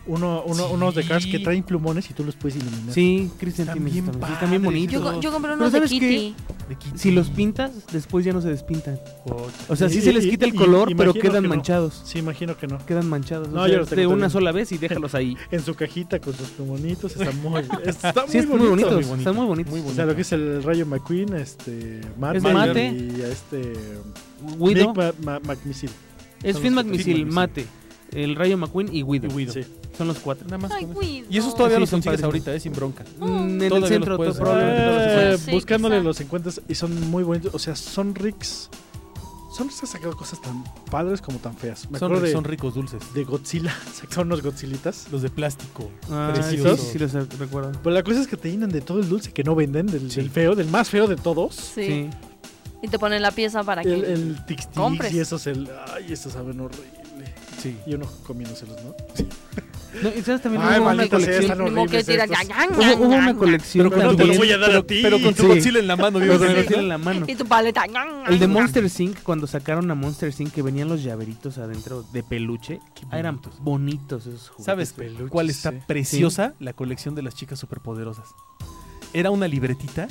Speaker 2: Uno, uno,
Speaker 3: Sí.
Speaker 2: Unos de Cars que traen plumones y tú los puedes iluminar.
Speaker 4: Sí, Cristian
Speaker 3: Están
Speaker 4: tiene
Speaker 3: bien
Speaker 4: sí, también, sí, están bien
Speaker 3: padres,
Speaker 4: bonitos.
Speaker 5: Yo, co- yo compré
Speaker 4: Pero
Speaker 5: unos de
Speaker 4: ¿sabes qué?
Speaker 5: Kitty.
Speaker 3: de Kitty.
Speaker 4: Si los pintas, después ya no se despintan.
Speaker 3: Oh,
Speaker 4: O sea, sí
Speaker 2: Y-
Speaker 4: se les
Speaker 2: y-
Speaker 4: quita el
Speaker 2: y-
Speaker 4: color, pero
Speaker 2: imagino
Speaker 4: quedan
Speaker 2: que no.
Speaker 4: manchados.
Speaker 2: Sí, imagino que no.
Speaker 4: Quedan manchados. o
Speaker 2: No,
Speaker 4: sea,
Speaker 2: yo los tengo
Speaker 4: de una
Speaker 2: también.
Speaker 4: sola vez y déjalos ahí.
Speaker 2: En su cajita con sus plumonitos. Está muy,
Speaker 3: (laughs)
Speaker 2: está muy
Speaker 4: Sí, están muy
Speaker 2: bonito.
Speaker 4: bonitos.
Speaker 3: muy bonito.
Speaker 4: Están muy bonitos.
Speaker 3: Muy
Speaker 2: O sea, lo que es el Rayo McQueen, este, Mad
Speaker 4: Es
Speaker 2: Mayer
Speaker 4: mate.
Speaker 2: y este
Speaker 4: Guido
Speaker 2: Nick Ma- Ma- McMissile.
Speaker 4: es
Speaker 2: son
Speaker 4: Finn
Speaker 2: los que-
Speaker 4: McMissile,
Speaker 2: Finn
Speaker 4: Mate, el Rayo McQueen y Guido.
Speaker 3: Y Guido.
Speaker 2: Sí.
Speaker 4: Son los cuatro.
Speaker 3: Nada más.
Speaker 5: Ay,
Speaker 3: con eso.
Speaker 5: cuido.
Speaker 3: Y esos todavía
Speaker 4: Sí,
Speaker 3: los
Speaker 4: son
Speaker 3: consigues
Speaker 4: padrísimos.
Speaker 3: ahorita, es sin bronca.
Speaker 2: Oh.
Speaker 4: Mm, en el
Speaker 3: Todavía
Speaker 4: centro,
Speaker 3: los puedes
Speaker 4: todo- probablemente todos los
Speaker 2: Eh,
Speaker 4: encuentres.
Speaker 5: Sí,
Speaker 2: buscándole
Speaker 5: quizá.
Speaker 2: los encuentras y son muy bonitos. O sea, Sonrix. Sonrix ha sacado cosas tan padres como tan feas. Me
Speaker 3: Son,
Speaker 2: acuerdo de,
Speaker 3: son ricos dulces.
Speaker 2: de Godzilla. (laughs) Sacó unos Godzillitas.
Speaker 3: Los de plástico.
Speaker 4: Ah, sí,
Speaker 3: preciosos.
Speaker 4: sí, sí los recuerdo.
Speaker 2: Pero la cosa es que te llenan de todo el dulce que no venden, del,
Speaker 3: Sí.
Speaker 2: del feo, del más feo de todos.
Speaker 5: Sí.
Speaker 4: Sí.
Speaker 5: Y te ponen la pieza para que.
Speaker 2: El, el Tix
Speaker 5: Compres.
Speaker 2: y esos, el. Ay, estos saben horrible.
Speaker 3: Sí.
Speaker 2: Y uno comiéndoselos, ¿no?
Speaker 4: No, y sabes también
Speaker 2: Ay,
Speaker 4: hubo una
Speaker 2: maldita sea,
Speaker 4: colección.
Speaker 2: están
Speaker 5: Ni modo que
Speaker 2: horribles
Speaker 5: tira,
Speaker 2: estos.
Speaker 5: ña, ña, ña,
Speaker 4: Hubo, hubo
Speaker 5: ña,
Speaker 4: una
Speaker 5: ña.
Speaker 2: Pero
Speaker 4: colección
Speaker 2: no te lo
Speaker 4: también,
Speaker 2: voy a dar
Speaker 3: pero,
Speaker 2: a ti.
Speaker 3: Pero con tu
Speaker 4: Sí.
Speaker 3: Godzilla en la mano, vivo.
Speaker 4: pero que lo tiene en la mano.
Speaker 5: Y tu paleta. ña, ña,
Speaker 4: El de
Speaker 5: ña.
Speaker 4: Monster Inc. cuando sacaron a Monster Inc. que venían los llaveritos adentro de peluche, ah, eran
Speaker 3: bonitos.
Speaker 4: bonitos esos juguetes.
Speaker 3: ¿Sabes
Speaker 2: peluches,
Speaker 3: cuál está
Speaker 2: sí.
Speaker 3: preciosa? La colección de las chicas superpoderosas. Era una libretita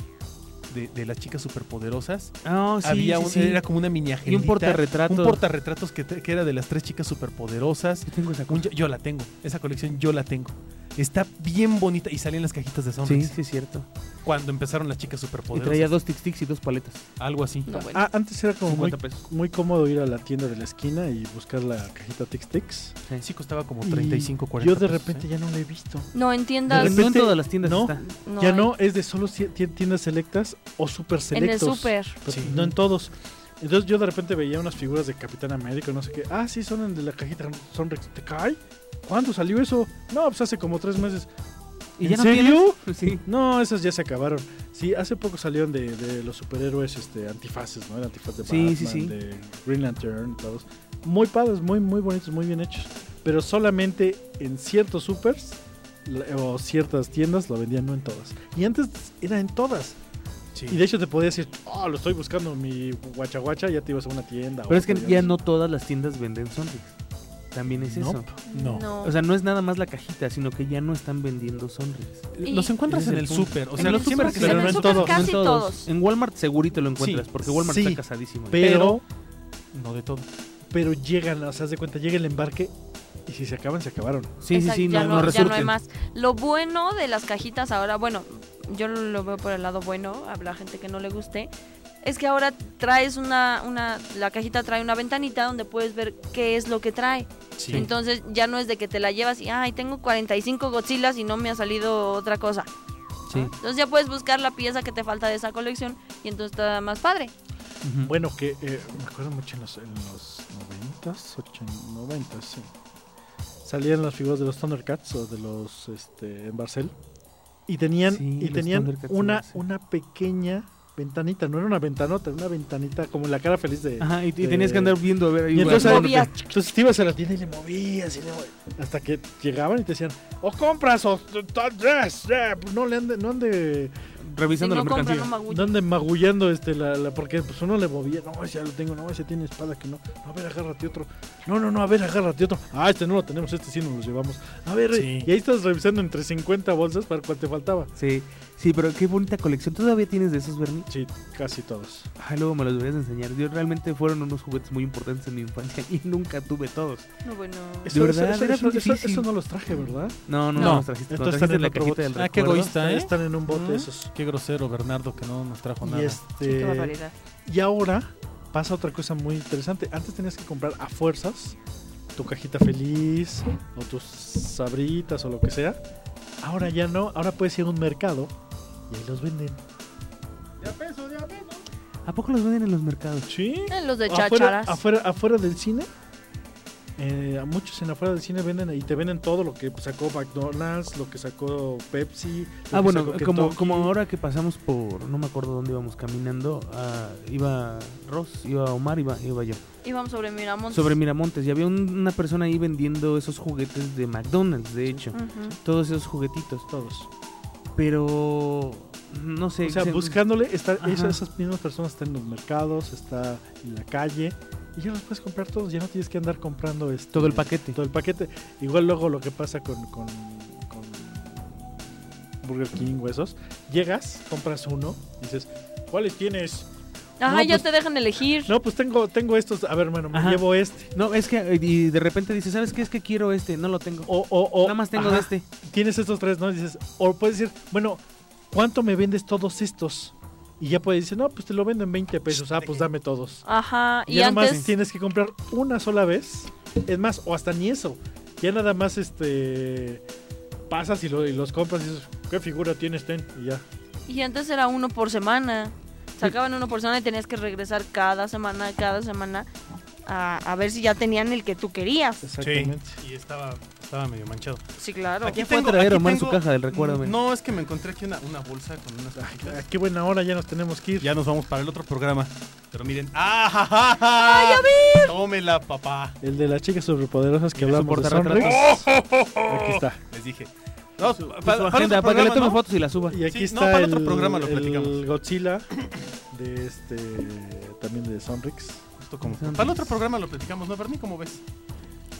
Speaker 3: de, de las chicas superpoderosas.
Speaker 4: Ah, sí,
Speaker 3: Había
Speaker 4: sí,
Speaker 3: un-
Speaker 4: sí.
Speaker 3: Era como una mini
Speaker 4: y un
Speaker 3: agendita,
Speaker 4: portarretrato.
Speaker 3: Un portarretratos que, te- que era de las tres chicas superpoderosas.
Speaker 4: Yo tengo esa
Speaker 3: Un-
Speaker 4: cosa.
Speaker 3: yo, yo la tengo. Esa colección yo la tengo. Está bien bonita y salían las cajitas de
Speaker 4: Sí,
Speaker 3: Sonrix
Speaker 4: sí, es cierto.
Speaker 3: cuando empezaron las chicas
Speaker 4: Y traía
Speaker 3: superpoderosas.
Speaker 4: dos tic tics y dos paletas.
Speaker 3: Algo así.
Speaker 5: No, bueno.
Speaker 2: Ah, antes era como muy
Speaker 4: 50 pesos.
Speaker 2: muy cómodo ir a la tienda de la esquina y buscar la cajita Tix Tix.
Speaker 3: Sí costaba como 35,
Speaker 2: Y
Speaker 3: 40
Speaker 2: Yo de
Speaker 3: pesos,
Speaker 2: repente ya
Speaker 3: ¿eh?
Speaker 2: no la he visto.
Speaker 5: No, en tiendas.
Speaker 2: De repente-
Speaker 4: no en todas las tiendas
Speaker 2: no.
Speaker 4: está.
Speaker 5: no
Speaker 2: ya
Speaker 5: hay.
Speaker 2: no es de solo ci- ti- tiendas selectas o super
Speaker 5: En el
Speaker 2: selectos.
Speaker 5: súper.
Speaker 2: Pero
Speaker 3: Sí.
Speaker 2: No en todos. Entonces yo de repente veía unas figuras de Capitán América, no sé qué. Ah, sí, son en de la cajita Sonrix. ¿Te cae? ¿Cuándo salió eso? No, pues hace como tres meses.
Speaker 4: ¿Y
Speaker 2: ¿En
Speaker 4: ya no
Speaker 2: serio?
Speaker 4: tienes? Sí.
Speaker 2: No, esas ya se acabaron. Sí, hace poco salieron de, de los superhéroes este, antifaces, ¿no? El antifaz de
Speaker 4: Sí,
Speaker 2: Batman,
Speaker 4: sí, sí.
Speaker 2: de Green Lantern, todos. Muy padres, muy, muy bonitos, muy bien hechos. Pero solamente en ciertos supers la- o ciertas tiendas lo vendían, no en todas. Y antes era en todas.
Speaker 3: Sí.
Speaker 2: Y de hecho te podía decir, oh, lo estoy buscando en mi guacha guacha, ya te ibas a una tienda. o
Speaker 4: Pero es que
Speaker 2: otra,
Speaker 4: ya
Speaker 2: ves.
Speaker 4: no todas las tiendas venden Sonrix. También es
Speaker 2: No.
Speaker 4: eso.
Speaker 3: No.
Speaker 4: O sea, no es nada más la cajita, sino que ya no están vendiendo Sonrix.
Speaker 5: Y-
Speaker 3: Los encuentras
Speaker 4: Ese
Speaker 3: en
Speaker 4: es
Speaker 3: el
Speaker 4: el punto.
Speaker 3: súper. O
Speaker 5: En
Speaker 3: sea,
Speaker 5: los
Speaker 3: siempre que
Speaker 5: súper, sí, en
Speaker 2: Pero
Speaker 5: el
Speaker 2: no en
Speaker 5: súper
Speaker 2: todos,
Speaker 5: casi
Speaker 4: No en
Speaker 5: todos.
Speaker 4: En Walmart segurito lo encuentras,
Speaker 3: Sí,
Speaker 4: porque Walmart
Speaker 2: sí.
Speaker 4: está casadísimo.
Speaker 2: Pero,
Speaker 3: No de todo.
Speaker 2: pero llegan, o sea, haz de cuenta, llega el embarque y si se acaban, se acabaron.
Speaker 4: sí, sí,
Speaker 5: Exacto,
Speaker 4: sí,
Speaker 5: ya
Speaker 4: no, no,
Speaker 5: ya no hay
Speaker 4: resurten.
Speaker 5: más. Lo bueno de las cajitas ahora, bueno, yo lo veo por el lado bueno, habrá gente que no le guste, es que ahora traes una, una, la cajita trae una ventanita donde puedes ver qué es lo que trae. Entonces ya no es de que te la llevas y, ay, tengo 45 Godzillas y no me ha salido otra cosa.
Speaker 4: Sí.
Speaker 5: Entonces ya puedes buscar la pieza que te falta de esa colección y entonces está más padre.
Speaker 4: Ujú.
Speaker 2: Bueno, que eh, me acuerdo mucho en los, en los 90s, 80s, 90s, sí. Salían las figuras de los Thundercats o de los este, en Barcel. Y tenían,
Speaker 4: Sí,
Speaker 2: y
Speaker 4: los
Speaker 2: tenían
Speaker 4: Thundercats en
Speaker 2: una,
Speaker 4: Barcel.
Speaker 2: una pequeña ventanita, no era una ventanota, era una ventanita como la cara feliz de.
Speaker 4: Ajá, y, y
Speaker 2: de-
Speaker 4: tenías que andar viendo a ver. ahí,
Speaker 2: este, Y
Speaker 4: güey,
Speaker 2: entonces,
Speaker 4: moviéndote.
Speaker 5: Movías.
Speaker 2: entonces te ibas a la tienda y le movías y le movías, hasta que llegaban y te decían, o compras o tal vez, eh, no le ande, no ande,
Speaker 5: Si
Speaker 4: revisando
Speaker 5: no
Speaker 4: la
Speaker 5: compra,
Speaker 4: mercancía.
Speaker 5: no magulla.
Speaker 2: no ande magullando este la, la- porque pues uno le movía, no, ese ya lo tengo, no, ese tiene espada que no, no, a ver, agárrate otro, no, no, no, a ver, agárrate otro, ah, este no lo tenemos, este sí nos lo llevamos, a ver,
Speaker 3: Sí.
Speaker 2: y ahí estás revisando entre 50 bolsas para cuál te faltaba.
Speaker 4: Sí, sí, pero qué bonita colección. ¿Todavía tienes de esos, Bernie?
Speaker 2: Sí, casi todos.
Speaker 4: Ah, luego me los deberías de enseñar. Yo realmente fueron unos juguetes muy importantes en mi infancia (laughs) y nunca tuve todos.
Speaker 5: No, bueno.
Speaker 2: Eso, eso-
Speaker 4: verdad?
Speaker 2: eso-
Speaker 4: Era
Speaker 2: eso-
Speaker 4: bien
Speaker 2: eso-
Speaker 4: difícil.
Speaker 2: eso no los traje, ¿verdad?
Speaker 4: No, no,
Speaker 3: No.
Speaker 4: no. los trajiste, cuando
Speaker 2: Entonces
Speaker 4: trajiste
Speaker 2: están en
Speaker 4: la
Speaker 2: otro
Speaker 4: cajita del
Speaker 2: bote.
Speaker 3: Ah, qué
Speaker 4: recuerdo. Ah.
Speaker 3: egoísta. ¿Está, eh?
Speaker 2: Están en un bote
Speaker 3: Mm.
Speaker 2: esos.
Speaker 3: Qué grosero, Bernardo, que no nos trajo nada.
Speaker 2: Y
Speaker 5: Sí, qué
Speaker 2: este.
Speaker 5: barbaridad.
Speaker 2: Y ahora pasa otra cosa muy interesante. Antes tenías que comprar a fuerzas tu cajita feliz o tus sabritas o lo que sea. Ahora ya no. Ahora puedes ir a un mercado y ahí los venden.
Speaker 4: ¿A poco los venden en los mercados?
Speaker 2: Sí.
Speaker 5: Eh, Los de
Speaker 2: Afuera,
Speaker 5: chacharas.
Speaker 2: afuera, afuera del cine. eh, a muchos en afuera del cine venden y te venden todo lo que sacó McDonald's, lo que sacó Pepsi. lo
Speaker 4: Ah,
Speaker 2: que
Speaker 4: bueno,
Speaker 2: sacó
Speaker 4: como,
Speaker 2: Kentucky.
Speaker 4: como ahora que pasamos por, no me acuerdo dónde íbamos caminando, ah, iba Ross, iba Omar, iba, iba yo.
Speaker 5: Íbamos sobre Miramontes.
Speaker 4: Sobre Miramontes, y había un- una persona ahí vendiendo esos juguetes de McDonald's, de hecho.
Speaker 5: Ujú.
Speaker 4: Todos esos juguetitos.
Speaker 2: Todos.
Speaker 4: Pero, no sé.
Speaker 2: O sea,
Speaker 4: se-
Speaker 2: buscándole, está,
Speaker 4: Ajá.
Speaker 2: esas, esas mismas personas están en los mercados, está en la calle, y ya los puedes comprar todos, ya no tienes que andar comprando este,
Speaker 4: Todo el paquete.
Speaker 2: Todo el paquete. Igual luego lo que pasa con, con, con Burger King o esos, llegas, compras uno, dices, ¿cuáles tienes?
Speaker 5: Ajá,
Speaker 2: No,
Speaker 5: ya
Speaker 2: pues-
Speaker 5: te dejan elegir.
Speaker 2: No, pues tengo, tengo estos, a ver, bueno, me
Speaker 4: Ajá.
Speaker 2: llevo este.
Speaker 4: No, es que, eh, y de repente dices, ¿sabes qué? Es que quiero este, no lo tengo.
Speaker 2: O, o, o-
Speaker 4: Nada más tengo
Speaker 2: ajá,
Speaker 4: de este.
Speaker 2: Tienes estos tres, ¿no? Dices, o puedes decir, bueno, ¿cuánto me vendes todos estos? Y ya puedes decir, no, pues te lo vendo en 20 pesos, ah, pues dame todos.
Speaker 5: Ajá, y
Speaker 2: ya nomás
Speaker 5: antes.
Speaker 2: tienes que comprar una sola vez. Es más, o hasta ni eso. Ya nada más este pasas y, lo- y los compras y dices, ¿qué figura tienes, Ten? Y ya.
Speaker 5: Y antes era uno por semana. Sacaban uno por semana y tenías que regresar cada semana, cada semana, a, a ver si ya tenían el que tú querías.
Speaker 2: Exactamente.
Speaker 3: Sí, y estaba, estaba medio manchado.
Speaker 5: Sí, claro.
Speaker 3: Aquí
Speaker 4: ¿Qué fue a
Speaker 3: tengo-
Speaker 4: traer
Speaker 3: aquí
Speaker 4: Omar en su
Speaker 3: tengo-
Speaker 4: caja del recuerdo? men?
Speaker 3: No, es que me encontré aquí una, una bolsa con unas
Speaker 2: Ah,
Speaker 3: cajitas.
Speaker 2: qué buena hora, ya nos tenemos que ir.
Speaker 3: Ya nos vamos para el otro programa. Pero miren. ¡Ah, ja, ja, ja! ¡Ay, a ver! Tómela, papá.
Speaker 2: El de las chicas superpoderosas que
Speaker 4: Y de su
Speaker 2: hablamos de
Speaker 4: portarretratos.
Speaker 2: Sonrix. Aquí está.
Speaker 3: Les dije. No,
Speaker 2: su-
Speaker 3: pa-
Speaker 4: Su
Speaker 3: para, para
Speaker 4: Pues, agenda,
Speaker 3: otro
Speaker 4: para que le
Speaker 3: programa,
Speaker 4: tome
Speaker 3: ¿no?
Speaker 4: fotos y la suba.
Speaker 2: Y aquí
Speaker 3: Sí, no,
Speaker 2: está
Speaker 3: para
Speaker 2: el,
Speaker 3: otro programa lo
Speaker 2: el
Speaker 3: platicamos.
Speaker 2: Godzilla de este también de Sonrix.
Speaker 3: Justo como- Para el otro programa lo platicamos, ¿no, Bernie? ¿Cómo ves?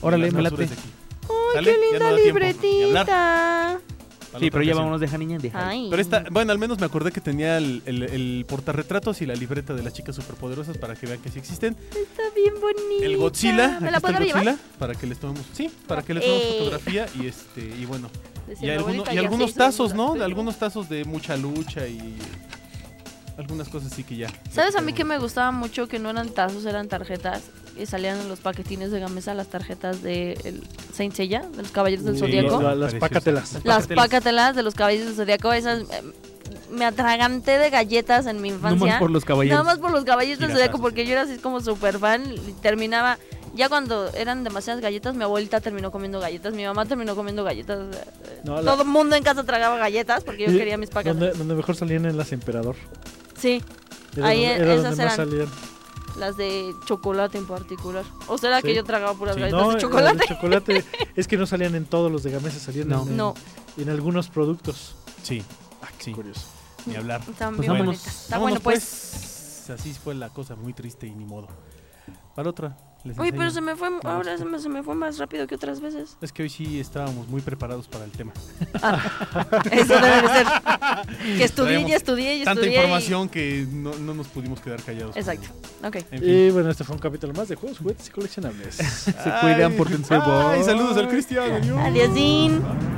Speaker 4: Órale,
Speaker 3: Las
Speaker 4: me
Speaker 3: basuras
Speaker 4: late.
Speaker 3: de aquí.
Speaker 5: ¡Uy,
Speaker 3: ¿Sale?
Speaker 5: qué
Speaker 3: Ya
Speaker 5: linda
Speaker 3: no da tiempo ni hablar.
Speaker 5: libretita!
Speaker 3: Para
Speaker 4: Sí,
Speaker 3: otra
Speaker 4: pero ya
Speaker 3: ocasión.
Speaker 4: vámonos, deja niña, deja.
Speaker 5: Ay.
Speaker 3: Pero esta, bueno, al menos me acordé que tenía el, el- el portarretratos y la libreta de las chicas superpoderosas para que vean que sí existen.
Speaker 5: Está bien bonita.
Speaker 3: El Godzilla,
Speaker 5: ¿Me
Speaker 3: aquí
Speaker 5: la
Speaker 3: está el
Speaker 5: puedo llevar?
Speaker 3: Godzilla, para que les tomemos, sí, para que les tomemos
Speaker 5: Eh.
Speaker 3: fotografía y este y bueno, y,
Speaker 5: Decía,
Speaker 3: alguno-
Speaker 5: "Abuelita,
Speaker 3: y
Speaker 5: ya
Speaker 3: algunos
Speaker 5: se hizo
Speaker 3: tazos,
Speaker 5: dura,
Speaker 3: ¿no? De
Speaker 5: pero-
Speaker 3: algunos tazos de mucha lucha y algunas cosas sí que ya. Este,
Speaker 5: ¿Sabes a mí que me gustaba mucho? Que no eran tazos, eran tarjetas. Y salían en los paquetines de Gamesa las tarjetas de el Saint Seiya, de los Caballeros del
Speaker 2: Y
Speaker 5: Zodíaco.
Speaker 2: la- las
Speaker 3: Preciosa.
Speaker 2: pácatelas.
Speaker 5: Las
Speaker 4: Pácatelas.
Speaker 5: pácatelas de los caballos del zodiaco, esas eh, me atraganté de galletas en mi
Speaker 4: No más
Speaker 5: infancia.
Speaker 4: por los caballeros.
Speaker 5: Nada más por los caballos del
Speaker 3: Jirafas,
Speaker 5: zodiaco, porque
Speaker 3: sí.
Speaker 5: yo era así como súper fan. y Terminaba, ya cuando eran demasiadas galletas, mi abuelita terminó comiendo galletas, mi mamá terminó comiendo galletas. eh, eh,
Speaker 2: No, la-
Speaker 5: Todo el mundo en casa tragaba galletas porque yo
Speaker 2: Y-
Speaker 5: quería mis
Speaker 2: Donde,
Speaker 5: pácatelas.
Speaker 2: donde mejor salían en las Emperador.
Speaker 5: Sí,
Speaker 2: Era
Speaker 5: Ahí,
Speaker 2: donde,
Speaker 5: eh,
Speaker 2: era
Speaker 5: esas
Speaker 2: donde más
Speaker 5: eran.
Speaker 2: salían.
Speaker 5: las de chocolate en particular. O será
Speaker 2: Sí.
Speaker 5: que yo tragaba puras
Speaker 3: Sí.
Speaker 5: galletas
Speaker 2: No,
Speaker 5: de
Speaker 2: el-
Speaker 5: chocolate.
Speaker 2: el chocolate. (laughs) es que no salían en todos los de Gamesa, salían
Speaker 4: No.
Speaker 2: En,
Speaker 5: (laughs) No,
Speaker 2: en algunos productos.
Speaker 3: Sí,
Speaker 2: Ah,
Speaker 3: Sí.
Speaker 2: curioso.
Speaker 3: ni hablar.
Speaker 5: están
Speaker 4: Pues
Speaker 5: bien
Speaker 4: vámonos.
Speaker 5: bonitas. Está
Speaker 3: Vámonos,
Speaker 5: bueno, pues.
Speaker 3: Así fue la cosa, muy triste y ni modo. Para otra. les
Speaker 5: Uy,
Speaker 3: enseño.
Speaker 5: pero se me fue, ahora
Speaker 3: sí.
Speaker 5: se me, se me fue más rápido que otras veces.
Speaker 3: Es que hoy sí estábamos muy preparados para el tema.
Speaker 5: Eso debe de ser.
Speaker 3: (laughs)
Speaker 5: Que estudié
Speaker 3: Traemos
Speaker 5: y estudié y estudié.
Speaker 3: Tanta
Speaker 5: y-
Speaker 3: información que no, no nos pudimos quedar callados.
Speaker 5: Exacto. Ok.
Speaker 3: En fin.
Speaker 2: Y bueno, este fue un capítulo más de juegos,
Speaker 3: (laughs)
Speaker 2: juguetes y coleccionables.
Speaker 4: Se cuidan, pórtense
Speaker 3: Ay,
Speaker 4: bye.
Speaker 3: saludos al Cristian.
Speaker 5: Adiós, Dean.
Speaker 3: Bye.